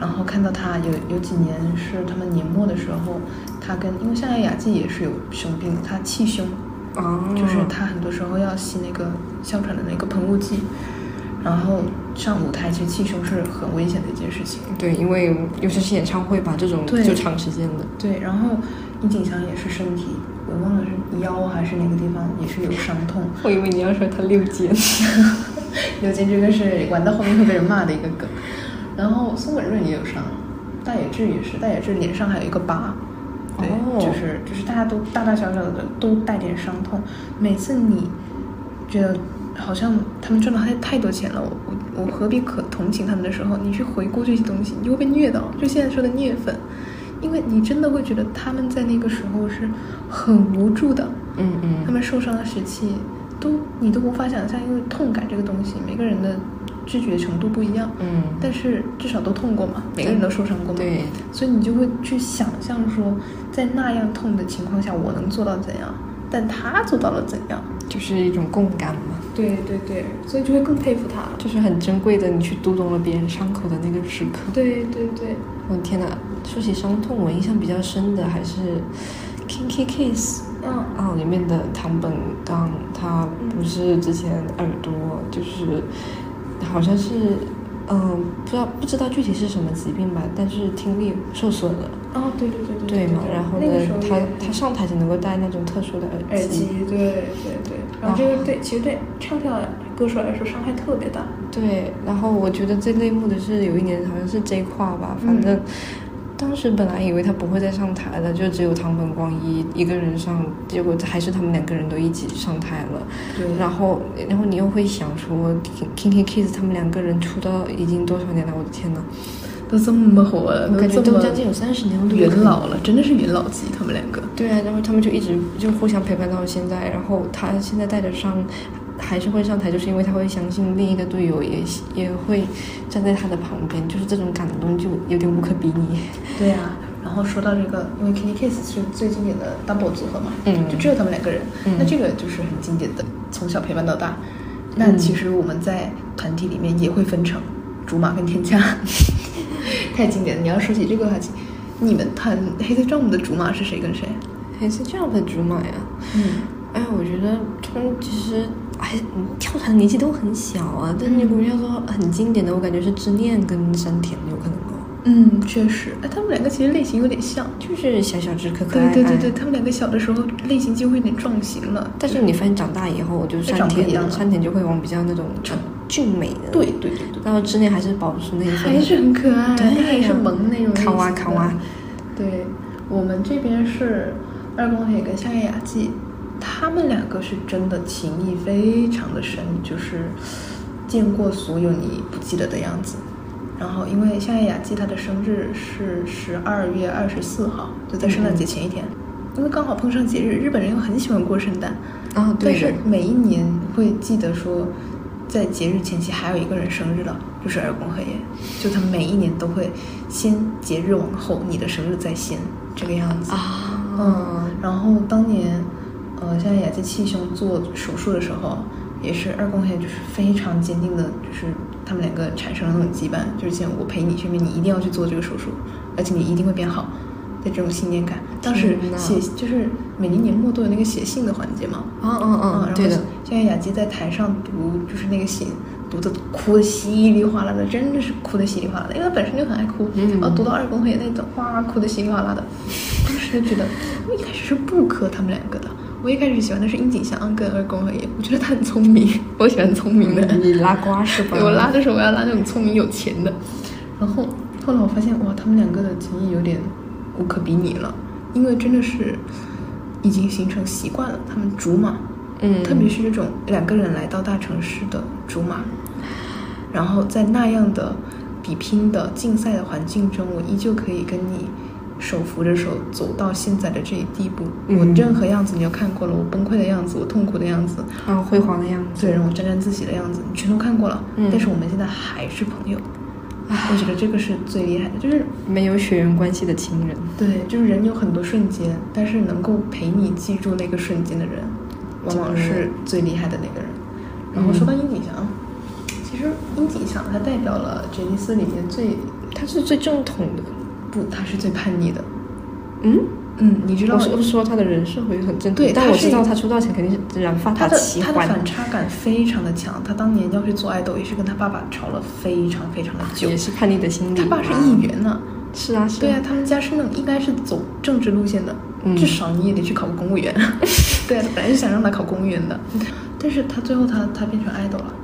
然后看到他有有几年是他们年末的时候，他跟因为现在雅纪也是有生病，他气胸，
哦
就是
嗯
他很多时候要吸那个哮喘的那个喷雾剂，然后上舞台其实气胸是很危险的一件事情。
对，因为尤其是演唱会吧，这种
对
就长时间的，
对，然后殷景祥也是身体，我忘了是腰还是哪个地方也是有伤痛，
我以为你要说他六肩，
刘坚这个是玩到后面会被人骂的一个梗。然后宋文润也有伤，大野智也是，大野智脸上还有一个疤。对，
哦
就是就是大家都大大小小的都带点伤痛。每次你觉得好像他们赚了太太多钱了，我我我何必可同情他们的时候，你去回顾这些东西，你就会被虐到，就现在说的虐粉，因为你真的会觉得他们在那个时候是很无助的。
嗯
他
嗯，
们受伤的时期，都你都无法想象，因为痛感这个东西，每个人的知觉程度不一样。
嗯
但是至少都痛过嘛，每个人都受伤过嘛。
对，
所以你就会去想象说，在那样痛的情况下，我能做到怎样？但他做到了怎样？
就是一种共感嘛，
对对对，所以就会更佩服他了。
就是很珍贵的，你去读懂了别人伤口的那个时刻。
对对对，
我的天哪！说起伤痛，我印象比较深的还是《Kinky Kiss》
嗯
啊，里面的唐本刚，他不是之前耳朵就是好像是嗯、不知道不知道具体是什么疾病吧，但是听力受损了，
哦，对对对对
对嘛？然后呢
那个时候，
他
也
他上台只能够戴那种特殊的
耳机，对对对，然后这
哦
个对，其实对唱跳歌手来说伤害特别大。
对，然后我觉得最泪目的是有一年好像是 J 跨吧，反
嗯
正当时本来以为他不会再上台了，就只有唐本光一一个人上，结果还是他们两个人都一起上台了。
对
然后，然后你又会想说，Kinky Kids 他们两个人出道已经多少年了？我的天呐，
都这么火了，
感觉
这
都
么
将近有三十年了。
元老了，真的是元老级，他们两个。
对啊，然后他们就一直就互相陪伴到现在，然后他现在带着伤，还是会上台，就是因为他会相信另一个队友也也会站在他的旁边，就是这种感动就有点无可比拟。
对啊，然后说到这个，因为 Kitty Kiss 是最经典的 double 组合嘛，
嗯
就只有他们两个人，
嗯
那这个就是很经典的，从小陪伴到大。那其实我们在团体里面也会分成竹马跟天价，太经典了。你要说起这个话题，你们团黑色帐篷的竹马是谁跟谁？
还是这样的竹马呀？
嗯，
哎，我觉得他们其实还跳团的年纪都很小啊，但是如
嗯
果要说很经典的，我感觉是知念跟山田有可能哦，
嗯，确实，哎，他们两个其实类型有点像。
就是小小只可可
对
爱爱。
对对对，他们两个小的时候类型就会有点撞型了。
但是你发现长大以后，就山
长不一样
田
了嗯
山田就会往比较那种俊美的
对对对对，
然后之内还是保持那一份，
还是很可爱，
对呀
还是萌那种类型的
卡哇卡哇。
对我们这边是二宫铁跟夏夜雅纪，他们两个是真的情谊非常的深，就是见过所有你不记得的样子。然后，因为夏夜雅纪她的生日是十二月二十四号，就在圣
嗯
诞节前一天。因为刚好碰上节日，日本人又很喜欢过圣诞，
啊，
但
对的
是，每一年会记得说，在节日前夕还有一个人生日了，就是二宫和也，就他每一年都会先节日往后，你的生日在先这个样子。
啊
嗯，，然后当年，呃，像雅纪气胸做手术的时候，也是二宫和也就是非常坚定的，就是他们两个产生了那种羁绊，就是像我陪你身边，你一定要去做这个手术，而且你一定会变好。的这种信念感，当时
天呐
写就是每年年末都有那个写信的环节嘛，
嗯嗯嗯，
然
对
后
的，
现在雅集在台上读，就是那个信，读的哭的稀里哗啦的，真的是哭的稀里哗啦的，因为她本身就很爱哭，
嗯
然后读到二宫和也那段，哇，哭的稀里哗啦的。当时就觉得，我一开始是不磕他们两个的，我一开始喜欢的是樱井香跟二宫和也，我觉得他很聪明，我喜欢聪明的人。
嗯你拉瓜是吧？
对我拉的时候，我要拉那种聪明有钱的。然后后来我发现，哇，他们两个的情谊有点无可比拟了，因为真的是已经形成习惯了，他们竹马，
嗯
特别是这种两个人来到大城市的竹马，然后在那样的比拼的竞赛的环境中，我依旧可以跟你手扶着手走到现在的这一地步。我
嗯
任何样子你都看过了，我崩溃的样子，我痛苦的样子，
然后啊辉煌的样子，
对，让我沾沾自喜的样子，你全都看过了。
嗯
但是我们现在还是朋友，我觉得这个是最厉害的，就是
没有血缘关系的亲人，
对，就是人有很多瞬间，但是能够陪你记住那个瞬间的人，往往是最厉害的那个人。然后说到殷景
嗯
祥，其实殷景祥他代表了杰尼斯里面最
他是最正统的。
不，他是最叛逆的。
嗯，
嗯，你知道
我是我是说他的人设会很正常，
对
但
他
我
是
知
一
道他出道前肯定是染发
他的
齐
他的
环
反，差感非常的强。他当年要去做爱豆，也是跟他爸爸吵了非常非常的久
也。是叛逆的心理。
他爸是议，员呢、
是啊，是
对啊，，他们家是那种应该是走政治路线的，
嗯
至少你也得去考个公务员。 对啊，本来是想让他考公务员的，但是他最后他他变成 idol 了，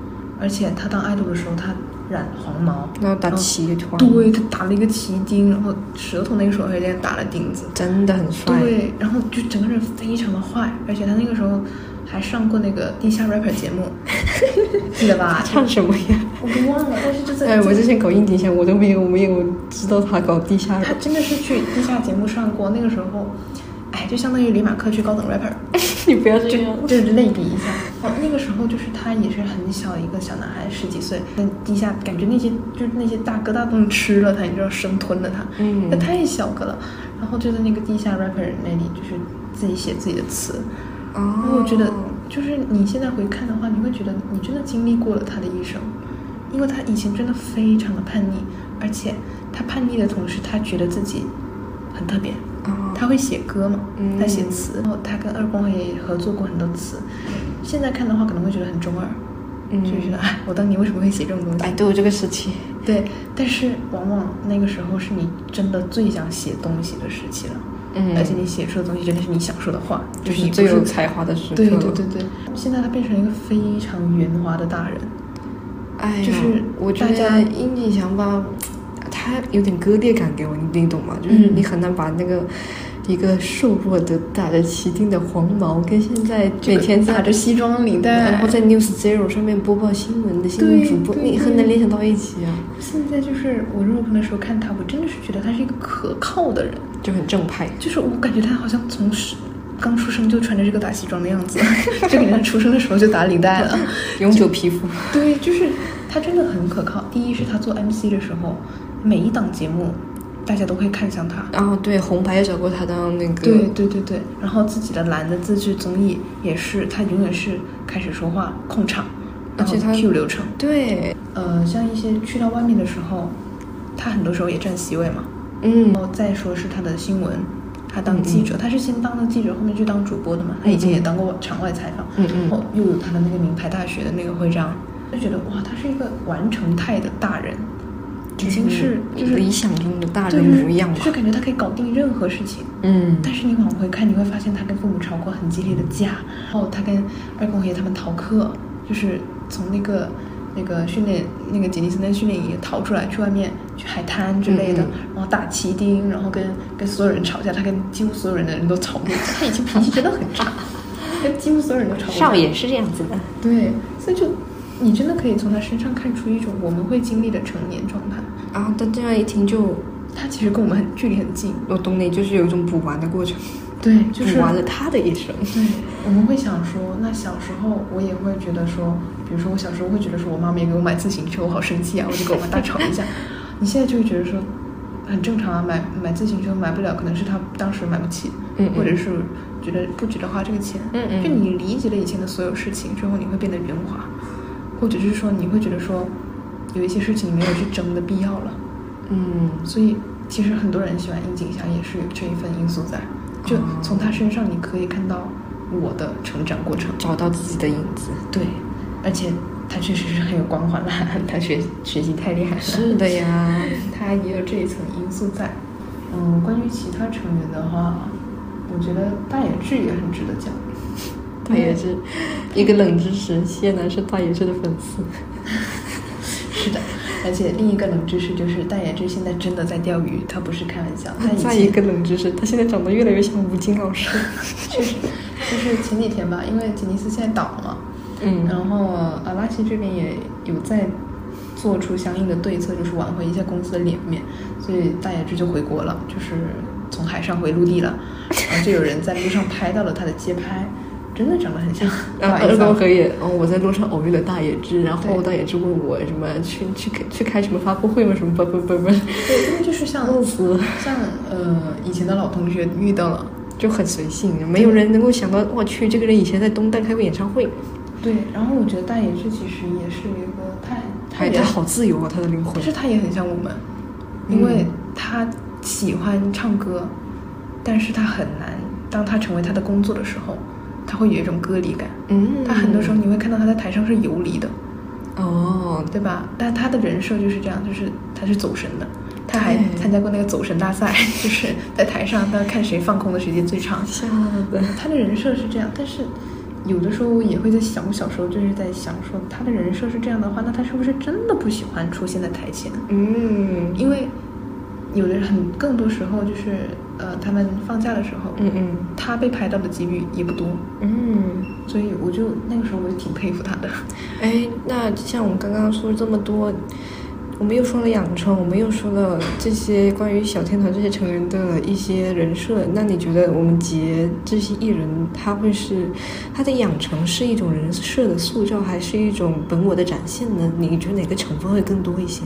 而且他当 idol 的时候他染黄毛，
然后打齐
嗯
环，
对他打了一个奇钉，然后舌头那个时候还有点打了钉子，
真的很帅。
对，然后就整个人非常的坏，而且他那个时候还上过那个地下 rapper 节 目，记得吧？
唱什么 呀？
我都忘了，但是就在
哎，我之前搞硬底线，我都没有没有知道他搞地下
他
人。
真的是去地下节目上过，那个时候，哎，就相当于李马克去高等 rapper，
你不要这样。
就就是类比一下。然后那个时候就是他也是很小一个小男孩，十几岁，在地下感觉那些就是那些大哥大都能吃了他，你知道生吞了他，
嗯
他太小个了。然后就在那个地下 rapper 那里，就是自己写自己的词。然后
哦，
我觉得，就是你现在回看的话，你会觉得你真的经历过了他的一生，因为他以前真的非常的叛逆，而且他叛逆的同时，他觉得自己很特别。
哦
他会写歌嘛，
嗯
他写词，然后他跟二宫和也合作过很多词。现在看的话，可能会觉得很中二，
嗯
就觉得哎，我当年为什么会写这种东西
百？度哎这个时期，
对，但是往往那个时候是你真的最想写东西的时期了，
嗯
而且你写出的东西真的是你想说的话，
就
你
是
不
最有才华的时刻。
对对对，对，现在他变成一个非常圆滑的大人，
哎呀，
就是
我觉
大家
得殷景祥吧，他有点割裂感给我，你你懂吗？就是
嗯
你很难把那个。一个瘦弱的打着齐钉的黄毛，跟现在每天在
打着西装领带，
然后在 News Zero 上面播报新闻的新闻
对
主播，
对
你很
对
难联想到一起啊，
现在就是我入坑的时候看他，我真的是觉得他是一个可靠的人，
就很正派。
就是我感觉他好像从是刚出生就穿着这个打西装的样子， 就感觉他出生的时候就打领带了。
永久皮肤，
对，就是他真的很可靠。第一是他做 MC 的时候，每一档节目大家都会看向他，
然后对红牌也找过他当那个，
对对对对，然后自己的蓝的自制综艺也是，他永远是开始说话控场，
而
然
且
后
他
Q 流程。
对，
呃，像一些去到外面的时候，他很多时候也占 C 位嘛。
嗯
然，后再说是他的新闻，他当记者，他是先当了记者，后面去当主播的嘛。他以前也当过场外采访，
嗯嗯
然后又有他的那个名牌大学的那个徽章，就觉得哇，他是一个完成态的大人，已经是就是
理想中的大
就
人
是
模样
就是
吧，
感觉他可以搞定任何事情。
嗯，
但是你往回看，你会发现他跟父母吵过很激烈的架，然后他跟二公爷他们逃课，就是从那个那个训练那个杰尼斯那训练营逃出来，去外面去海滩之类的，
嗯
然后打旗钉，然后跟跟所有人吵架，他跟几乎所有人的人都吵过，他以前脾气真的很差，跟几乎所有人都吵过。
是这样子的，
对，所以就你真的可以从他身上看出一种我们会经历的成年状态，
然后啊但这样一听就，
他其实跟我们很距离很近，
我懂你，就是有一种补完的过程，
对，就是
补完了他的一生，
对，我们会想说，那小时候我也会觉得说，比如说我小时候会觉得说我妈没给我买自行车，我好生气啊，我就跟我妈大吵 一架。你现在就会觉得说，很正常啊，买买自行车买不了，可能是他当时买不起，
嗯嗯
或者是觉得不值得花这个钱。
嗯嗯
就你理解了以前的所有事情之后，你会变得圆滑，或者是说你会觉得说，有一些事情没有去争的必要了。
嗯，
所以其实很多人喜欢樱井翔也是有这一份因素在，就
哦
从他身上你可以看到我的成长过程。
找到自己的影子，
对，而且他确实是很有光环啦，他学学习太厉害了，
是的 呀，
他也有这一层因素在。嗯，关于其他成员的话，我觉得大野智也很值得讲。
大野智，一个冷知识，谢楠是大野智的粉丝，
是的，而且另一个冷知识就是大野智现在真的在钓鱼，他不是开玩笑。他以
再
前
一个冷知识，他现在长得越来越像吴京老 师，
确实，就是前几天吧，因为吉尼斯现在倒了嘛，
嗯
然后阿拉西这边也有在做出相应的对策，就是挽回一下公司的脸面，所以大野智就回国了，就是从海上回陆地了，然后就有人在路上拍到了他的街拍，真的长得 很像，不
然
好
后
意
二
思
宫
啊
和也，哦，我在路上偶遇了大野智，然后
对
大野智问我什么去去开去开什么发布会吗？什么不不不不，
对，因为就是像
弄死，
像呃以前的老同学遇到了。
就很随性，没有人能够想到，我去，这个人以前在东旦开过演唱会，
对，然后我觉得大野智其实也是一个太
哎，他好自由啊，他的灵魂嗯
但，是他也很像我们，因为他喜欢唱歌，但是他很难，当他成为他的工作的时候，他会有一种割离感。
嗯，
他很多时候你会看到他在台上是游离的，
哦，
对吧？但他的人设就是这样，就是他是走神的。他还
对
参加过那个走神大赛，就是在台上，他看谁放空的时间最长。
吓的，
他的人设是这样，但是有的时候我也会在想，我小时候就是在想说，他的人设是这样的话，那他是不是真的不喜欢出现在台前？
嗯
因为有的人很更多时候就是呃，他们放假的时候，
嗯嗯
他被拍到的几率也不多，
嗯。
所以我就那个时候我就挺佩服他的。
哎，那像我们刚刚说了这么多，我们又说了养成，我们又说了这些关于小天团这些成员的一些人设。那你觉得我们杰这些艺人，他会是他的养成是一种人设的塑造，还是一种本我的展现呢？你觉得哪个成分会更多一些？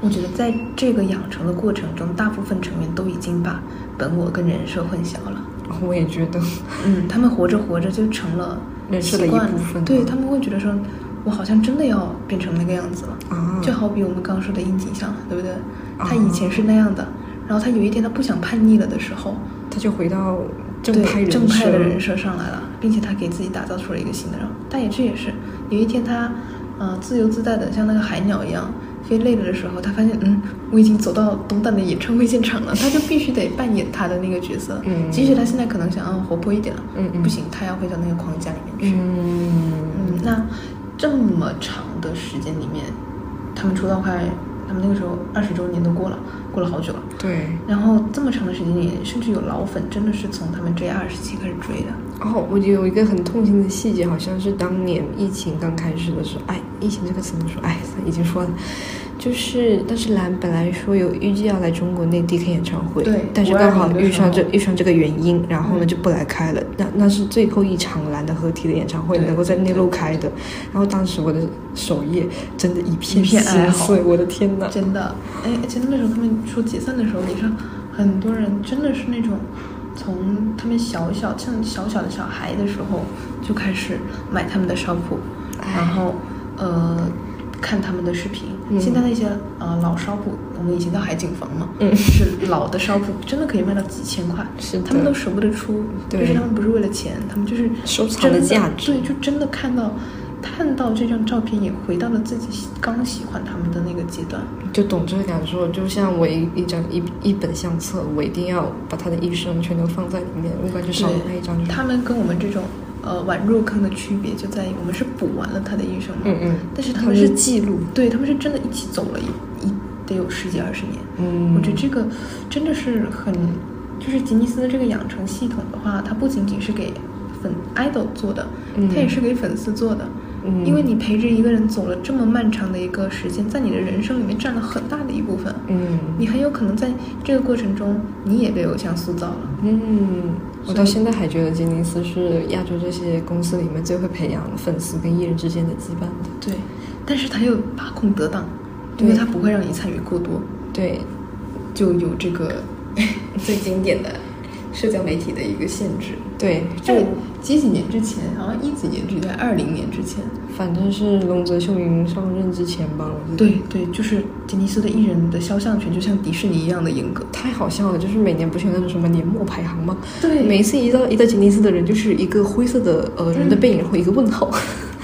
我觉得在这个养成的过程中，大部分成员都已经把本我跟人设混淆了。
我也觉得，
嗯，他们活着活着就成了
人设的
习惯
一部分
对他们会觉得说，我好像真的要变成那个样子了。
啊
就好比我们刚刚说的殷景祥，对不对？他
啊
以前是那样的，然后他有一天他不想叛逆了的时候，
他就回到正
对
派人
正派的人
设，
设上来了，并且他给自己打造出了一个新的人。但也这也是有一天他，呃，自由自在的像那个海鸟一样飞累了的时候，他发现，嗯，我已经走到东旦的演唱会现场了，他就必须得扮演他的那个角色。
嗯
即使他现在可能想要活泼一点了，
嗯嗯
不行，他要回到那个框架里面去。
嗯，
嗯，那这么长的时间里面，他们出道快，他们那个时候二十周年都过了，过了好久了。
对。
然后这么长的时间里，甚至有老粉真的是从他们 JR 时期开始追的。
然后我觉得有一个很痛心的细节，好像是当年疫情刚开始的时候，哎，疫情这个词怎么说？哎，已经说了，就是但是兰本来说有预计要来中国内地开演唱会，
对
但是
520
刚好
的时候
遇上这遇上这个原因，然后呢
嗯
就不来开了。那那是最后一场兰的合体的演唱会
对
能够在内陆开的，然后当时我的首页真的一片
一片哀
心
嚎
碎，我的天呐！
真的，哎，而且那时候他们说解散的时候，也是很多人真的是那种从他们小小像小小的小孩的时候就开始买他们的烧谱，
哎
然后呃看他们的视频。
嗯
现在那些呃老烧谱，我们以前叫海景房嘛，就是老的烧谱，真的可以卖到几千块，
嗯是的
他们都舍不得出，
对
就是他们不是为了钱，他们就是
收藏的
真
价值
对，就真的看到。看到这张照片，也回到了自己喜刚喜欢他们的那个阶段。
就懂这个感受，就像我一一张一一本相册，我一定要把他的一生全都放在里面，我感觉少了那一张就是。
他们跟我们这种呃晚入坑的区别就在于，我们是补完了他的一生嘛，
嗯嗯
但是
他
他们
们是
是
记录
对他们是真的一起走了一一得有十几二十年，
嗯
我觉得这个真的是很，就是吉尼斯的这个养成系统的话，它不仅仅是给粉 idol 做的，
嗯
它也是给粉丝做的。
嗯
因为你陪着一个人走了这么漫长的一个时间，在你的人生里面占了很大的一部分。
嗯
你很有可能在这个过程中，你也被偶像塑造了。
嗯，我
所以
到现在还觉得吉尼斯是亚洲这些公司里面最会培养粉丝跟艺人之间的羁绊的。
对，但是他又把控得当，
对
因为他不会让你参与过多，
对，
就有这个 最经典的社交媒体的一个限制。
对，就
在几几年之前，好像一几年之前，二零年之前，
反正是龙泽秀明上任之前吧，我觉得
对对，就是吉尼斯的艺人的肖像权就像迪士尼一样的严格。
太好笑了，就是每年不是有那种什么年末排行吗？
对
每一次一到一到吉尼斯的人，就是一个灰色的呃人的
嗯
背影或一个问号。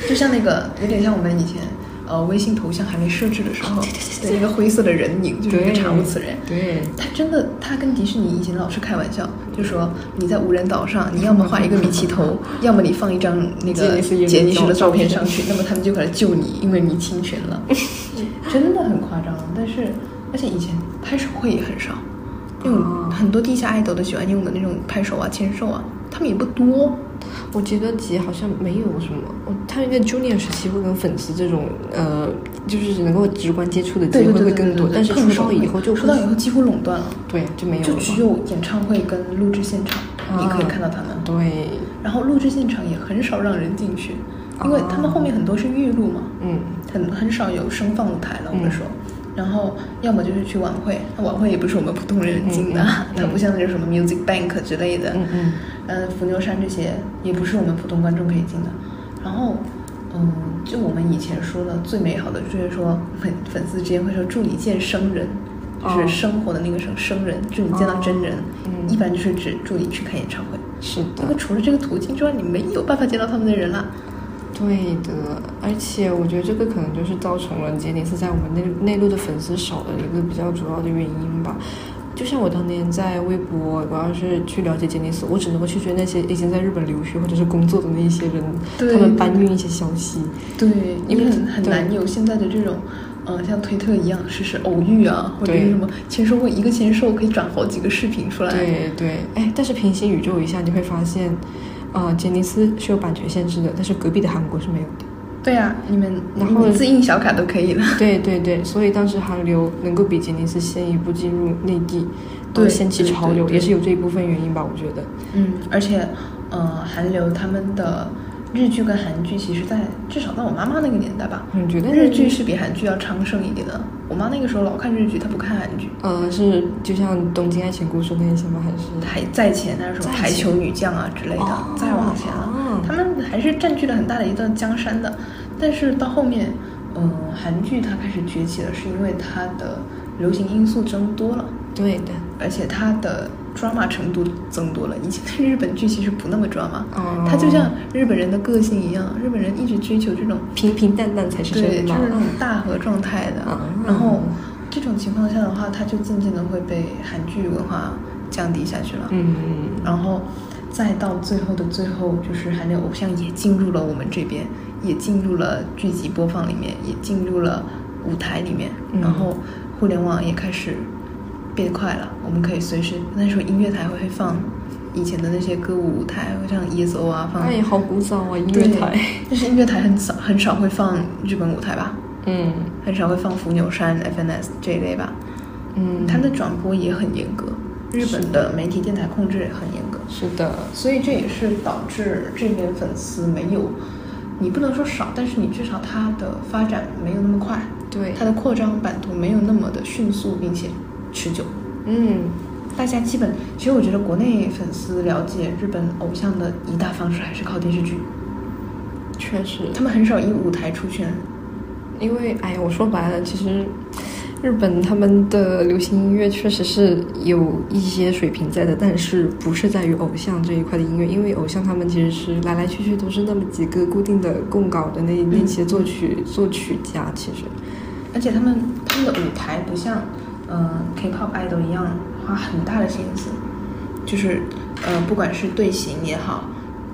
就像那个有点像我们以前呃微信头像还没设置的时候，哦对那个灰色的人影就是一个查无此人。
对，
他真的，他跟迪士尼以前老是开玩笑，就说你在无人岛上，你要么画一个米奇 头，要么你放一张那
杰
个
尼斯演
杰尼斯
的
的
照
照
片
片上去，那么他们就可能救你，因为你侵权 了，真的很夸张。但是，而且以前拍手会也很少，因为
哦
很多地下爱豆都喜欢用的那种拍手啊、签售啊，他们也不多。
我觉得姐好像没有什么，我他应该 junior 时期会跟粉丝这种呃，就是能够直观接触的机会会更多，但是出道以后就
出道以后几乎垄断了，
对就没有了
就
吧，
只有演唱会跟录制现场你可以
啊
看到他们。
对，
然后录制现场也很少让人进去，因为他们后面很多是预录嘛，
嗯，
很很少有声放舞台了，我
嗯
们说。然后要么就是去晚会，那晚会也不是我们普通人进的，
嗯嗯嗯
它不像那种什么 Music Bank 之类的，
嗯嗯，
呃，伏牛山这些也不是我们普通观众可以进的。然后，嗯，就我们以前说的最美好的，就是说粉粉丝之间会说祝你见生人，
哦
就是生活的那个生生人，就你见到真人，
嗯
一般就是只助你去看演唱会。
是
因为
的，
除了这个途径之外，你没有办法见到他们的人啦。
对的。而且我觉得这个可能就是造成了杰尼斯在我们内内陆的粉丝少的一个比较主要的原因吧。就像我当年在微博，我要是去了解杰尼斯，我只能够去追那些已经在日本留学或者是工作的那一些人，
对
他们搬运一些消息。
对，因
因为
为很很
对
难有现在的这种，嗯、像推特一样，是是偶遇啊，或者是
对
什么签售会，一个签售可以转好几个视频出来。
对对，哎，但是平行宇宙一下你会发现，呃，杰尼斯是有版权限制的，但是隔壁的韩国是没有的。
对啊，你们
然后
你自印小卡都可以的。
对对对，所以当时韩流能够比杰尼斯先一步进入内地，然后
对
掀起
对
潮
对
流，
对
也是有这一部分原因吧，我觉得。
嗯， 而且，呃，韩流他们的日剧跟韩剧，其实在至少在我妈妈那个年代吧，
你觉得
日剧？是比韩剧要昌盛一点的。我妈那个时候老看日剧，她不看韩剧。
呃，是就像《东京爱情故事》那一些吗？还是？
还在前那什么
在前
排球女将啊之类的
哦，
再往前了
哦，
他们还是占据了很大的一段江山的。但是到后面，嗯，韩剧它开始崛起了，是因为它的流行因素增多了，
对的。
而且它的 drama 程度增多了。以前的日本剧其实不那么 drama，
哦
它就像日本人的个性一样，日本人一直追求这种
平平淡淡才是
对，
真
就
嘛。
是那种大和状态的。
啊
然后这种情况下的话，它就渐渐的会被韩剧文化降低下去了。
嗯，
然后再到最后的最后，就是韩流偶像也进入了我们这边，也进入了剧集播放里面，也进入了舞台里面，
嗯
然后互联网也开始变快了，我们可以随时那时候音乐台会放以前的那些歌舞舞台，会像 ESO 啊放，
那也好古早啊，音
对
乐台。，
但是音乐台很少很少会放日本舞台吧，
嗯
很少会放伏牛山、FNS 这一类吧，
嗯，
它的转播也很严格，日本的媒体电台控制也很严格。
是的，
所以这也是导致这边粉丝没有，你不能说少，但是你至少它的发展没有那么快，
对
它的扩张版图没有那么的迅速并且持久。
嗯，
大家基本，其实我觉得国内粉丝了解日本偶像的一大方式还是靠电视剧，
确实。
他们很少以舞台出圈。
因为哎呀，我说白了，其实日本他们的流行音乐确实是有一些水平在的，但是不是在于偶像这一块的音乐，因为偶像他们其实是来来去去都是那么几个固定的供稿的那那些作曲作曲家，其实
而且他们他们的舞台不像呃 K-pop idol 一样花很大的心思，就是呃不管是队形也好，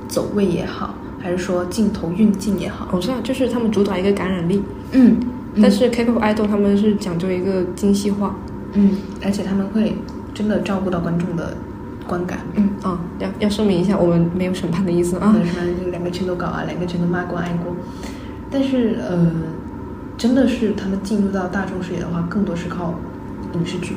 走位也好，还是说镜头运镜也好，
偶像哦就是他们主打一个感染力，
嗯，嗯
但是 K-pop idol 他们是讲究一个精细化，
嗯，而且他们会真的照顾到观众的观感。
嗯啊，要要声明一下，我们没有审判的意思啊
那，什么就两个全都搞啊，两个全都骂过爱过，但是呃，真的是他们进入到大众视野的话，更多是靠影视剧。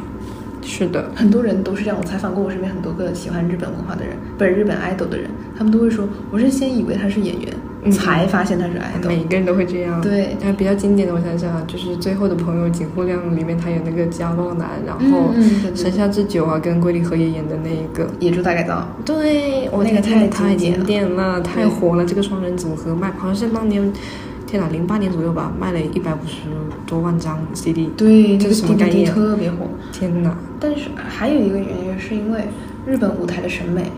是的，
很多人都是这样，我采访过我身边很多个喜欢日本文化的人，不是日本 idol 的人，他们都会说，我是先以为他是演员，
嗯
才发现他是
每
idol。
一个人都会这样。
对
然后比较经典的，我想想啊，就是最后的朋友井户亮里面他演那个家暴男，然
嗯
后
嗯对对对
神下智久啊跟龟梨和也演的那一个。
野猪大改造，
对，我
那个
天呐
太
太
经
经典了，太
对
火了！这个双人组合卖，好像是当年，天哪，零八年左右吧，卖了一百五十多万张 CD。
对，那
这
个
是什么
DVD
概念？
特别火。
天哪！
但是还有一个原因，是因为日本舞台的审美，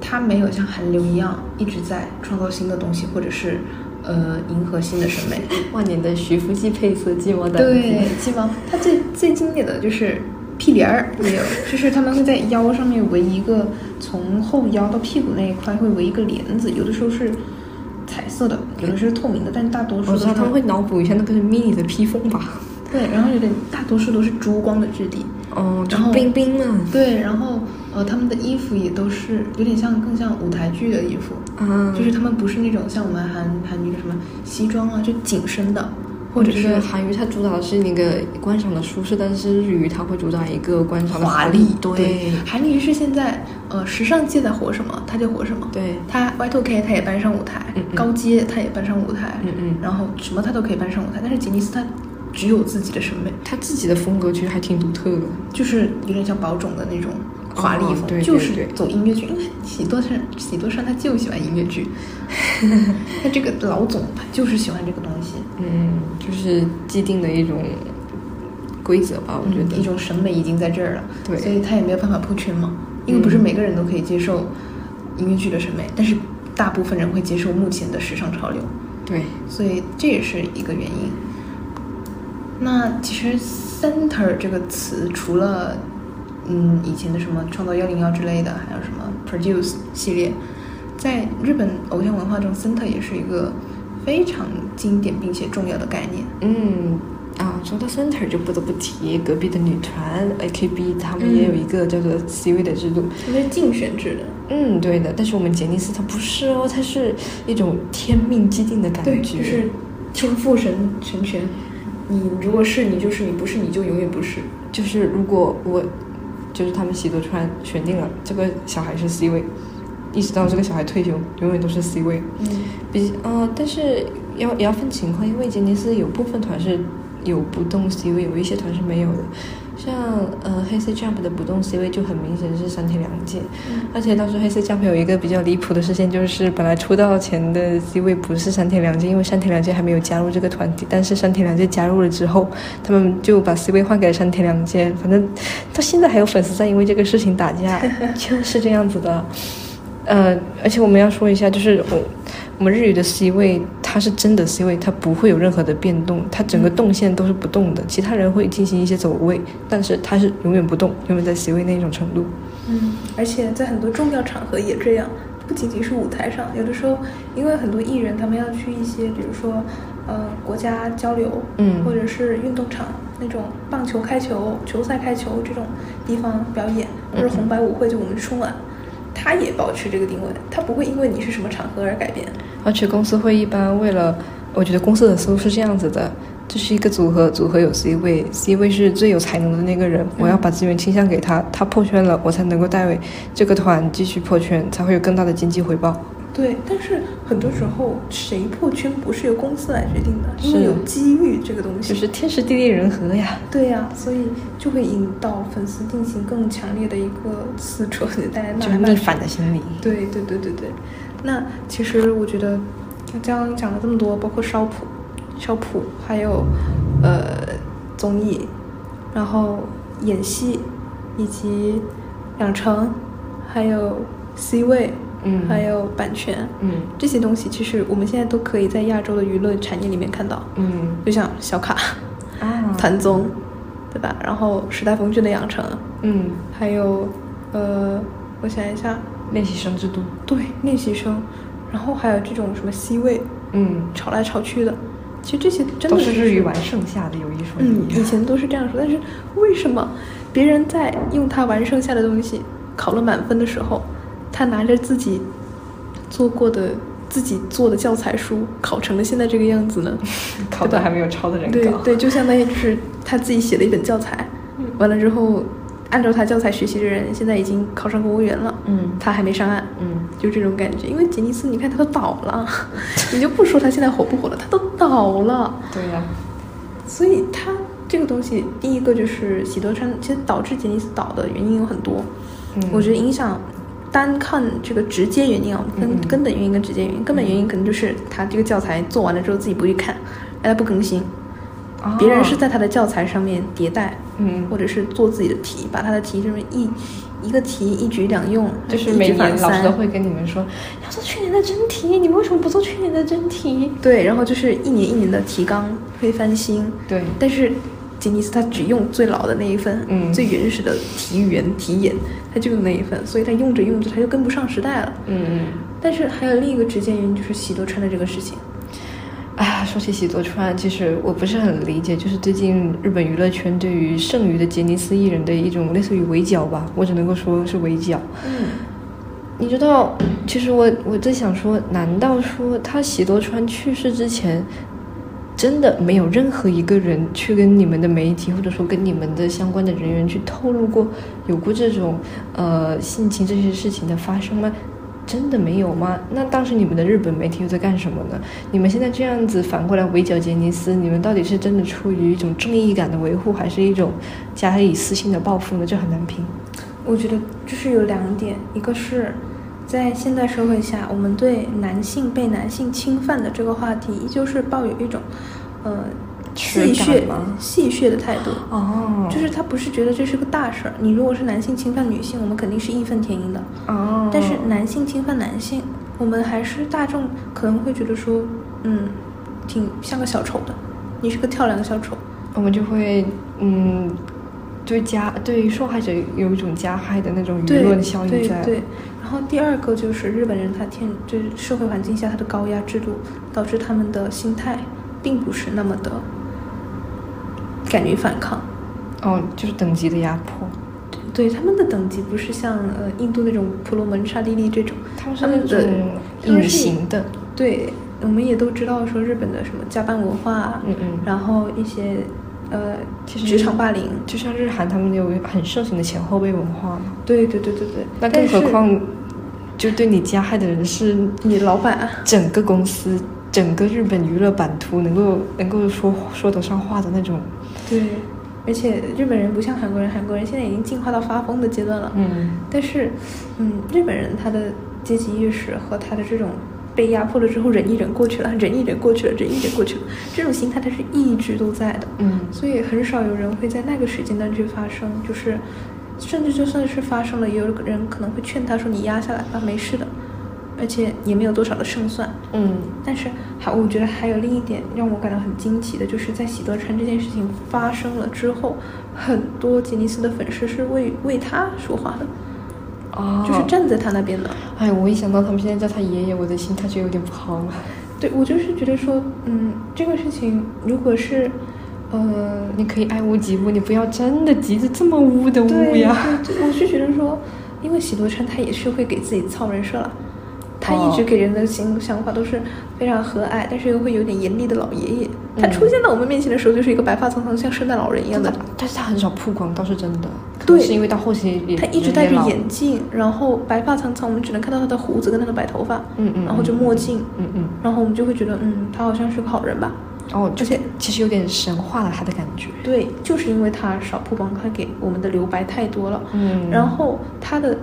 它没有像韩流一样一直在创造新的东西，或者是呃迎合新的审美。
万年的徐福记配色寂寞的。
对，鸡毛，它最最经典的就是屁帘儿也有，就是他们会在腰上面围一个，从后腰到屁股那一块会围一个帘子，有的时候是彩色的，有的时候是透明的，但大多数
我
都
知
是
道他们会脑补一下那个是 mini 的披风吧？
对，然后有点大多数都是珠光的质地，
哦，就
然后
冰冰啊。
对，然后呃，他们的衣服也都是有点像更像舞台剧的衣服，
啊，
就是他们不是那种像我们韩韩剧的什么西装啊，就紧身的，或
或
者
者是
嗯是
韩语，它主打的是那个观赏的舒适，但是日语它会主打一个观赏的
华
丽
丽。。
对
韩流是现在呃时尚界在火什么，它就火什么。
对
它 Y2K 它也搬上舞台，
嗯嗯
高阶它也搬上舞台，
嗯嗯
然后什么它都可以搬上舞台。但是杰尼斯它只有自己的审美，
它自己的风格其实还挺独特的。
就是有点像宝冢的那种华丽风，
哦对
就是
对对
走音乐剧。因为喜多山喜多山他就喜欢音乐 剧，他这个老总他就是喜欢这个东西。
嗯，就是既定的一种规则吧，我觉得
嗯
一种审美已经在这儿了，
对
所以他也没有办法破圈嘛，
嗯
因为不是每个人都可以接受音乐剧的审美，但是大部分人会接受目前的时尚潮流，
对，
所以这也是一个原因。那其实 “center” 这个词，除了嗯以前的什么创造幺零幺之类的，还有什么 produce 系列，在日本偶像文化中，center 也是一个非常经典并且重要的概念。
嗯啊，说到 center 就不得不提隔壁的女团 AKB，他们也有一个叫做 C 位的制度。
它是竞选制的。
嗯，对的。但是我们杰尼斯它不是哦，它是一种天命既定的感
对，
觉。
就是天赋神神权，你如果是你就是你，不是你就永远不是。
就是如果我就是他们喜多川选定了这个小孩是 C 位，一直到这个小孩退休，永远都是 C 位。
嗯，
比呃，但是要也要分情况，因为杰尼斯有部分团是有不动 C 位，有一些团是没有的。像呃黑色 Jump 的不动 C 位就很明显是三天两届，而且当时黑色 Jump 有一个比较离谱的事件，就是本来出道前的 C 位不是三天两届，因为三天两届还没有加入这个团体，但是三天两届加入了之后，他们就把 C 位换给了三天两届，反正到现在还有粉丝在因为这个事情打架，就是这样子的。呃，而且我们要说一下，就是我我们日语的 C 位，它是真的 C 位，它不会有任何的变动，它整个动线都是不动的。其他人会进行一些走位，但是它是永远不动，永远在 C 位那种程度。
嗯，而且在很多重要场合也这样，不仅仅是舞台上，有的时候因为很多艺人他们要去一些，比如说呃国家交流，
嗯
或者是运动场那种棒球开球、球赛开球这种地方表演，
嗯
或者红白舞会，就我们春晚。他也保持这个定位，他不会因为你是什么场合而改变。
而且公司会一般为了，我觉得公司的思路是这样子的，这是一个组合，组合有 C 位，C 位是最有才能的那个人，我要把资源倾向给他，他破圈了，我才能够带为这个团继续破圈，才会有更大的经济回报。
对，但是很多时候谁破圈不是由公司来决定的，因
是
为有机遇这个东西。
就是天时地利人和呀。
对呀、所以就会引导粉丝进行更强烈的一个撕扯，就大家骂
就是
来骂
逆
去。
反的心理。
对对对对对，
那其实我觉得，刚刚讲了这么多，包括烧谱、烧谱，还有呃综艺，然后演戏，以及养成，还有 C 位，
嗯
还有版权，
嗯
这些东西其实我们现在都可以在亚洲的娱乐产业里面看到，
嗯
就像小卡、
啊
团综，嗯对吧？然后时代峰峻的养成，
嗯，
还有呃，我想一下，
练习生制度。
对，练习生，然后还有这种什么 C 位，
嗯，
吵来吵去的，其实这些真
都
的
是日语玩剩下的，有一说
嗯，以
一。
前都是这样说，但是为什么别人在用他玩剩下的东西考了满分的时候，他拿着自己做过的自己做的教材书考成了现在这个样子呢？
考的还没有抄的人
对
高。
对，就相当于就是他自己写了一本教材，
嗯
完了之后按照他教材学习的人，现在已经考上公务员了，
嗯
他还没上岸，
嗯，
就这种感觉。因为杰尼斯，你看他都倒了， 你就不说他现在火不火了，他都倒了，
对呀、
所以他这个东西，第一个就是喜多川，其实导致杰尼斯倒的原因有很多，
嗯
我觉得影响。单看这个直接原因啊，
嗯
跟
嗯
根本原因跟直接原因，根本原因可能就是他这个教材做完了之后自己不去看，哎，他不更新，
啊
别人是在他的教材上面迭代，
嗯
或者是做自己的题，把他的题上面一一个题一举两用，
就是
一举
每年
反
老师
三
都会跟你们说，要做去年的真题，你们为什么不做去年的真题？
对，然后就是一年一年的提纲会翻新，
对
但是杰尼斯他只用最老的那一份，
嗯
最原始的题源题眼，他就用那一份，所以他用着用着他就跟不上时代了。
嗯
但是还有另一个直接原因就是喜多川的这个事情，
嗯。啊，说起喜多川，其实我不是很理解，就是最近日本娱乐圈对于剩余的杰尼斯艺人的一种类似于围剿吧，我只能够说是围剿。
嗯，
你知道，其实我我在想说，难道说他喜多川去世之前，真的没有任何一个人去跟你们的媒体或者说跟你们的相关的人员去透露过有过这种呃性侵这些事情的发生吗？真的没有吗？那当时你们的日本媒体又在干什么呢？你们现在这样子反过来围剿杰尼斯，你们到底是真的出于一种正义感的维护，还是一种加以私心的报复呢？这很难评。
我觉得就是有两点，一个是。在现代社会下，我们对男性被男性侵犯的这个话题，依旧是抱有一种，呃，
耻
戏
感
谑
吗？
戏谑的态度。
哦，
就是他不是觉得这是个大事儿，你如果是男性侵犯女性，我们肯定是义愤填膺的。
哦，
但是男性侵犯男性，我们还是大众可能会觉得说，嗯，挺像个小丑的，你是个跳梁小丑。
我们就会嗯，对加对受害者有一种加害的那种舆
对
论效应
对
在。
对。然后第二个就是日本人他天就是社会环境下他的高压制度，导致他们的心态并不是那么的敢于反抗。
哦，就是等级的压迫，
对他们的等级不是像呃印度那种婆罗门、刹帝利这种，
他们是
他
那
们的
种
他们
隐
是
形的，
对，我们也都知道说日本的什么加班文化啊，
嗯嗯
然后一些呃
其实
职场霸凌，
就像日韩他们有很盛行的前后辈文化嘛。
对对对对对，
那
但
更何
是
况，就对你加害的人是
你老板啊，
整个公司、整个日本娱乐版图能够能够说说得上话的那种。
对，而且日本人不像韩国人，韩国人现在已经进化到发疯的阶段了，
嗯，
但是嗯，日本人他的阶级意识和他的这种。被压迫了之后，忍一忍过去了， 忍一忍过去了，忍一忍过去了，这种心态它是一直都在的。
嗯
所以很少有人会在那个时间段去发生，就是，甚至就算是发生了，也有人可能会劝他说：“你压下来吧，没事的。”而且也没有多少的胜算。
嗯，
但是还我觉得还有另一点让我感到很惊奇的，就是在喜多川这件事情发生了之后，很多杰尼斯的粉丝是为为他说话的，
哦，
就是。站在他那边的。
哎，我一想到他们现在叫他爷爷，我的心态就有点不好了。
对我就是觉得说，嗯，这个事情如果是，呃，
你可以爱屋及乌，你不要真的急着这么污的污
对
呀。
对对，我是觉得说，因为喜多川他也是会给自己造人设了，他
哦
一直给人的形想法都是非常和蔼，但是又会有点严厉的老爷爷。他
嗯
出现在我们面前的时候，就是一个白发苍苍像圣诞老人一样
真
的
的，，但是他很少曝光，倒是真的。可能
对
是因为到后期也
他一直
人
戴
也
着
老
眼镜，然后白发苍苍，我们只能看到他的胡子跟他的白头发，
嗯嗯
然后就
嗯
墨镜，
嗯嗯，
然后我们就会觉得，嗯，他好像是个好人吧。
哦，就
而且
其实有点神化了他的感觉。
对，就是因为他少曝光，他给我们的留白太多了。
嗯
然后他的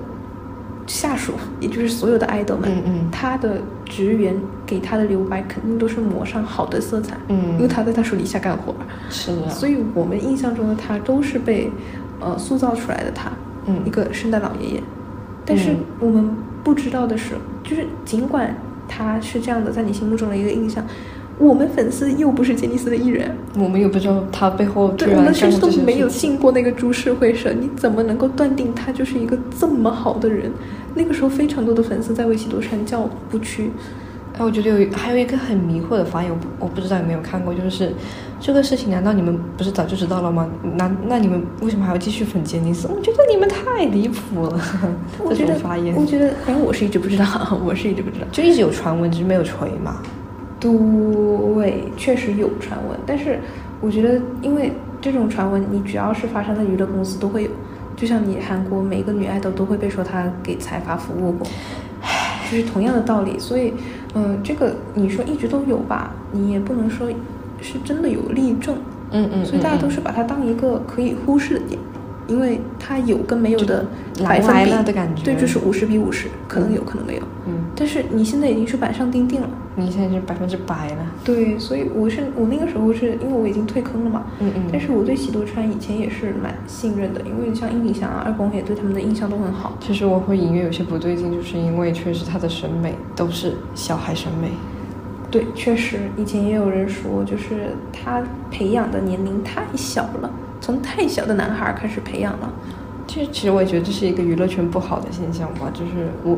下属，也就是所有的爱豆们，
嗯嗯
他的职员给他的留白肯定都是抹上好的色彩，
嗯
因为他在他手底下干活，
是啊，
所以我们印象中的他都是被呃塑造出来的他，
嗯
一个圣诞老爷爷。但是
嗯
我们不知道的是，就是尽管他是这样的，在你心目中的一个印象，我们粉丝又不是杰尼斯的艺人，
我们也不知道他背后居
对，
然
我们
干
甚至
过
都
这些
没有
事情。
进过那个株式会社，你怎么能够断定他就是一个这么好的人？那个时候，非常多的粉丝在为喜多川叫不屈。
哎，我觉得有还有一个很迷惑的发言，我不我不知道有没有看过，就是这个事情，难道你们不是早就知道了吗？那那你们为什么还要继续粉杰尼斯？我觉得你们太离谱了，
我
这
觉
种
得
发言，
我觉得，反正我是一直不知道， 我是一直不知道。
就一直有传闻，只是没有锤嘛。
对，确实有传闻，但是我觉得，因为这种传闻，你只要是发生在娱乐公司都会有。就像你韩国每一个女爱豆都会被说她给财阀服务过， 就是同样的道理。所以，嗯、这个你说一直都有吧，你也不能说是真的有例证。
嗯嗯，
所以大家
嗯
都是把它当一个可以忽视的点，因为它有跟没有的
就
百分
来
比
了的感觉
对，就是五十比五十，可能有可能没有。
嗯
但是你现在已经是板上钉钉了。
你现在是百分之百了。
对，所以我是我那个时候是因为我已经退坑了嘛，
嗯嗯
但是我对喜多川以前也是蛮信任的，因为像殷里祥啊、二宫也对他们的印象都很好。
其实我会隐约有些不对劲，就是因为确实他的审美都是小孩审美。
对，确实，以前也有人说，就是他培养的年龄太小了，从太小的男孩儿开始培养了。
其实，其实我也觉得这是一个娱乐圈不好的现象吧。就是我，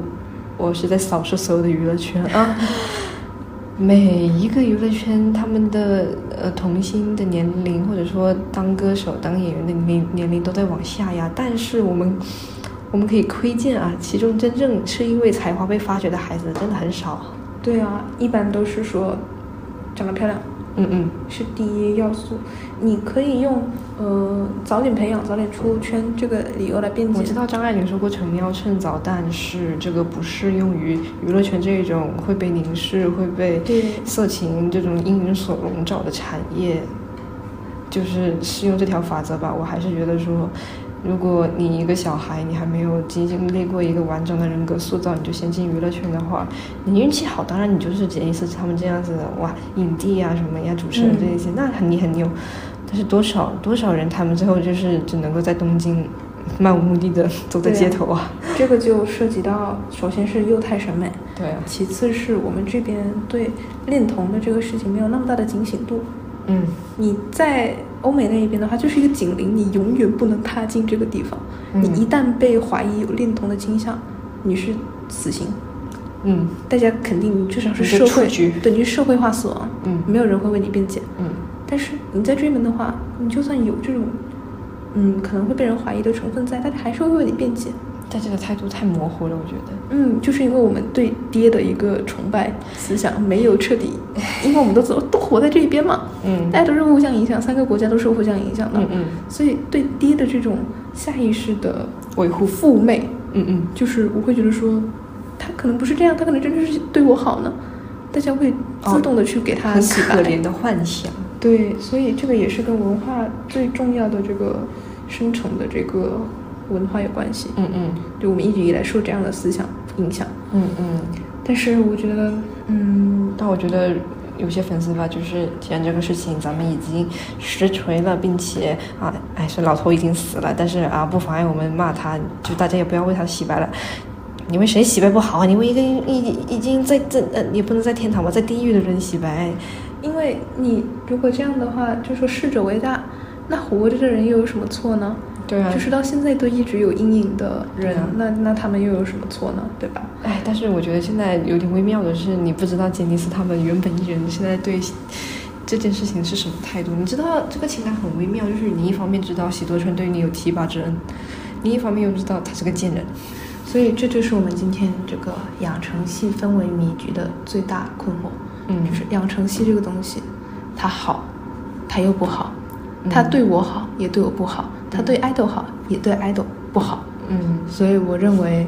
我是在扫视所有的娱乐圈啊， 每一个娱乐圈他们的呃童星的年龄，或者说当歌手、当演员的年年龄都在往下压。但是我们，我们可以窥见啊，其中真正是因为才华被发掘的孩子真的很少。
对啊，一般都是说长得漂亮
嗯嗯，
是第一要素。你可以用呃早点培养、早点出圈这个理由来辩解。
我知道张爱玲说过“成妖趁早”，但是这个不适用于娱乐圈这种会被凝视、会被
对
色情这种阴影所笼罩的产业，就是适用这条法则吧。我还是觉得说，如果你一个小孩，你还没有经历过一个完整的人格塑造，你就先进娱乐圈的话，你运气好，当然你就是杰尼斯他们这样子的哇，影帝啊什么呀，主持
嗯
人这一些，那很你很牛。但是多少多少人，他们最后就是只能够在东京漫无目的的走在
对啊
街头啊。
这个就涉及到，首先是幼态审美，
对啊，
其次是我们这边对恋童的这个事情没有那么大的警醒度。
嗯，
你在欧美那一边的话，就是一个警铃，你永远不能踏进这个地方。
嗯
你一旦被怀疑有恋童的倾向，你是死刑。
嗯
大家肯定你至少是
你就
社
出
会
局，
对，你是社会化死亡，
嗯
没有人会为你辩解。
嗯，
但是你在追门的话，你就算有这种，嗯，可能会被人怀疑的成分在，大家还是会为你辩解。
大家的态度太模糊了，我觉得。
嗯，就是因为我们对爹的一个崇拜思想没有彻底，因为我们都走都活在这一边嘛，
嗯
大家都是互相影响，三个国家都是互相影响的，
嗯嗯
所以对爹的这种下意识的
维护
父媚，
嗯嗯，
就是我会觉得说，他可能不是这样，他可能真的是对我好呢，大家会自动的去给他
很
洗白。
可怜的幻想。
对，所以这个也是跟文化最重要的这个生成的这个文化有关系。
嗯嗯
对我们一直以来受这样的思想影响，
嗯嗯。
但是我觉得，嗯，
但我觉得有些粉丝吧，就是既然这个事情咱们已经实锤了，并且啊，哎，说老头已经死了，但是啊，不妨碍我们骂他，就大家也不要为他洗白了。你为谁洗白不好啊？你为一个已已经在在呃，也不能在天堂吧，在地狱的人洗白，
因为你如果这样的话，就说逝者为大，那活着的人又有什么错呢？
对啊，
就是到现在都一直有阴影的
对
人，
啊
那那他们又有什么错呢？对吧？
哎，但是我觉得现在有点微妙的是，你不知道杰尼斯他们原本艺人现在对这件事情是什么态度。你知道这个情感很微妙，就是你一方面知道喜多川对你有提拔之恩，你一方面又知道他是个贱人。
所以这就是我们今天这个养成系氛围迷局的最大困惑，
嗯
就是养成系这个东西，它好，它又不好，它对我好也对我不好，它对 idol 好也对 idol 不好，
嗯
所以我认为，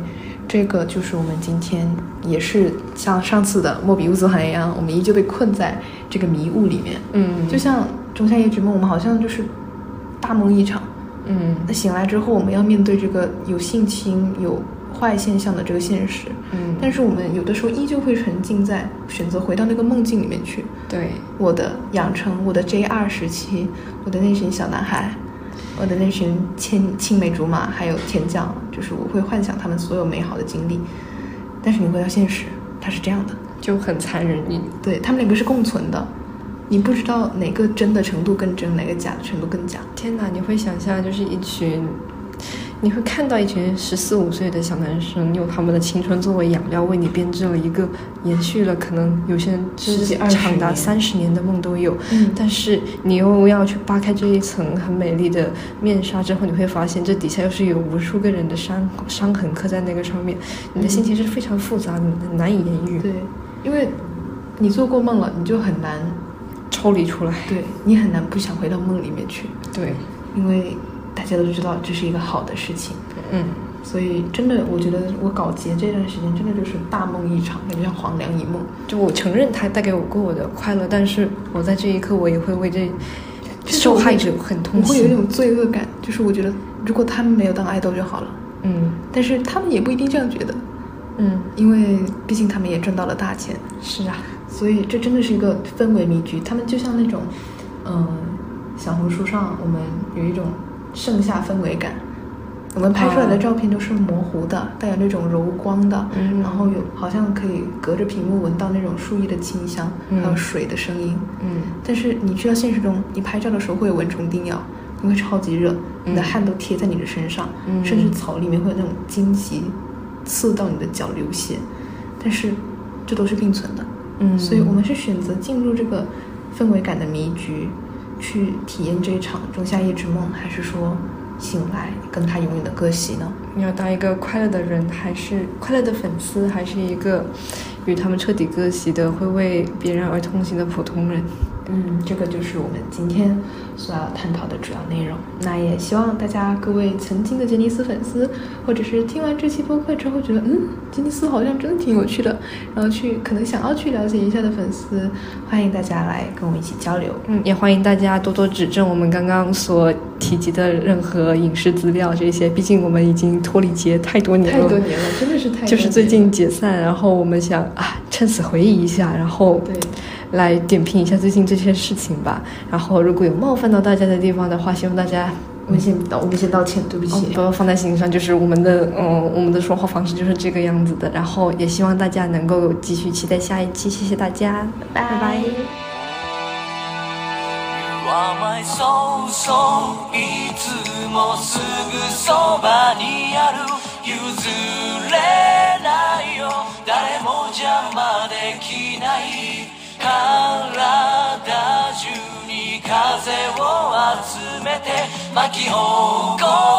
这个就是我们今天也是像上次的莫比乌斯环一样，我们依旧被困在这个迷雾里面。
嗯
就像《仲夏夜之梦》，我们好像就是大梦一场。
嗯
那醒来之后，我们要面对这个有性侵、有坏现象的这个现实。
嗯
但是我们有的时候依旧会沉浸在选择回到那个梦境里面去。
对，
我的养成，我的 J 二时期，我的那群小男孩，我的那群青青梅竹马，还有天降，就是我会幻想他们所有美好的经历。但是你回到现实，它是这样的，
就很残忍。你
对他们两个是共存的，你不知道哪个真的程度更真，哪个假的程度更假。
天哪，你会想象就是一群。你会看到一群十四五岁的小男生用他们的青春作为养料，为你编织了一个延续了可能有些人
十几
是
二十
长达
年
三十年的梦都有，
嗯
但是你又要去扒开这一层很美丽的面纱之后，你会发现这底下又是有无数个人的伤伤痕刻在那个上面，你的
嗯
心情是非常复杂，你很难以言喻，
对，因为你做过梦了，你就很难，
抽离出来。
对你很难不想回到梦里面去，
对，
因为大家都知道这是一个好的事情。
嗯，
所以真的，我觉得我搞结这段时间真的就是大梦一场，感觉像黄粱一梦。
就我承认它带给我过我的快乐，但是我在这一刻我也会为这
就是
受
我会
害者很
我
痛
会有一
心。
种罪恶感，就是我觉得如果他们没有当爱豆就好了，
嗯
但是他们也不一定这样觉得，
嗯，
因为毕竟他们也赚到了大钱，
是啊，
所以这真的是一个氛围迷局。他们就像那种，嗯，小红书上我们有一种盛夏氛围感。我们拍出来的
哦
照片都是模糊的，带有那种柔光的，
嗯
然后有好像可以隔着屏幕闻到那种树叶的清香，
嗯
还有水的声音。
嗯
但是你去到现实中，你拍照的时候会有蚊虫叮咬，你会超级热，你的
嗯
汗都贴在你的身上，
嗯
甚至草里面会有那种荆棘刺到你的脚流血。但是这都是并存的，
嗯
所以我们是选择进入这个氛围感的迷局，去体验这一场仲夏夜之梦，还是说醒来跟他永远的割席呢？
你要当一个快乐的人，还是快乐的粉丝，还是一个与他们彻底割席的、会为别人而痛心的普通人？
嗯，这个就是我们今天所要探讨的主要内容。那也希望大家各位曾经的杰尼斯粉丝，或者是听完这期播客之后觉得，嗯，杰尼斯好像真的挺有趣的，然后去可能想要去了解一下的粉丝，欢迎大家来跟我们一起交流。
嗯，也欢迎大家多多指正我们刚刚所提及的任何影视资料这些，毕竟我们已经脱离节太多年
太
了，
多年了，真的是太多
就是最
年
近解散，然后我们想啊，趁此回忆一下，然后
了对
来点评一下最近这些事情吧。然后如果有冒犯到大家的地方的话，希望大家
我们先道我们先道歉，对不
哦
起，
不要放在心上，就是我们的嗯，我们的说话方式就是这个样子的。然后也希望大家能够继续期待下一期，谢谢大家，拜拜。
は my soul soul いつもすぐそばにある譲れないよ誰も邪魔できない体中に風を集めて巻き起こ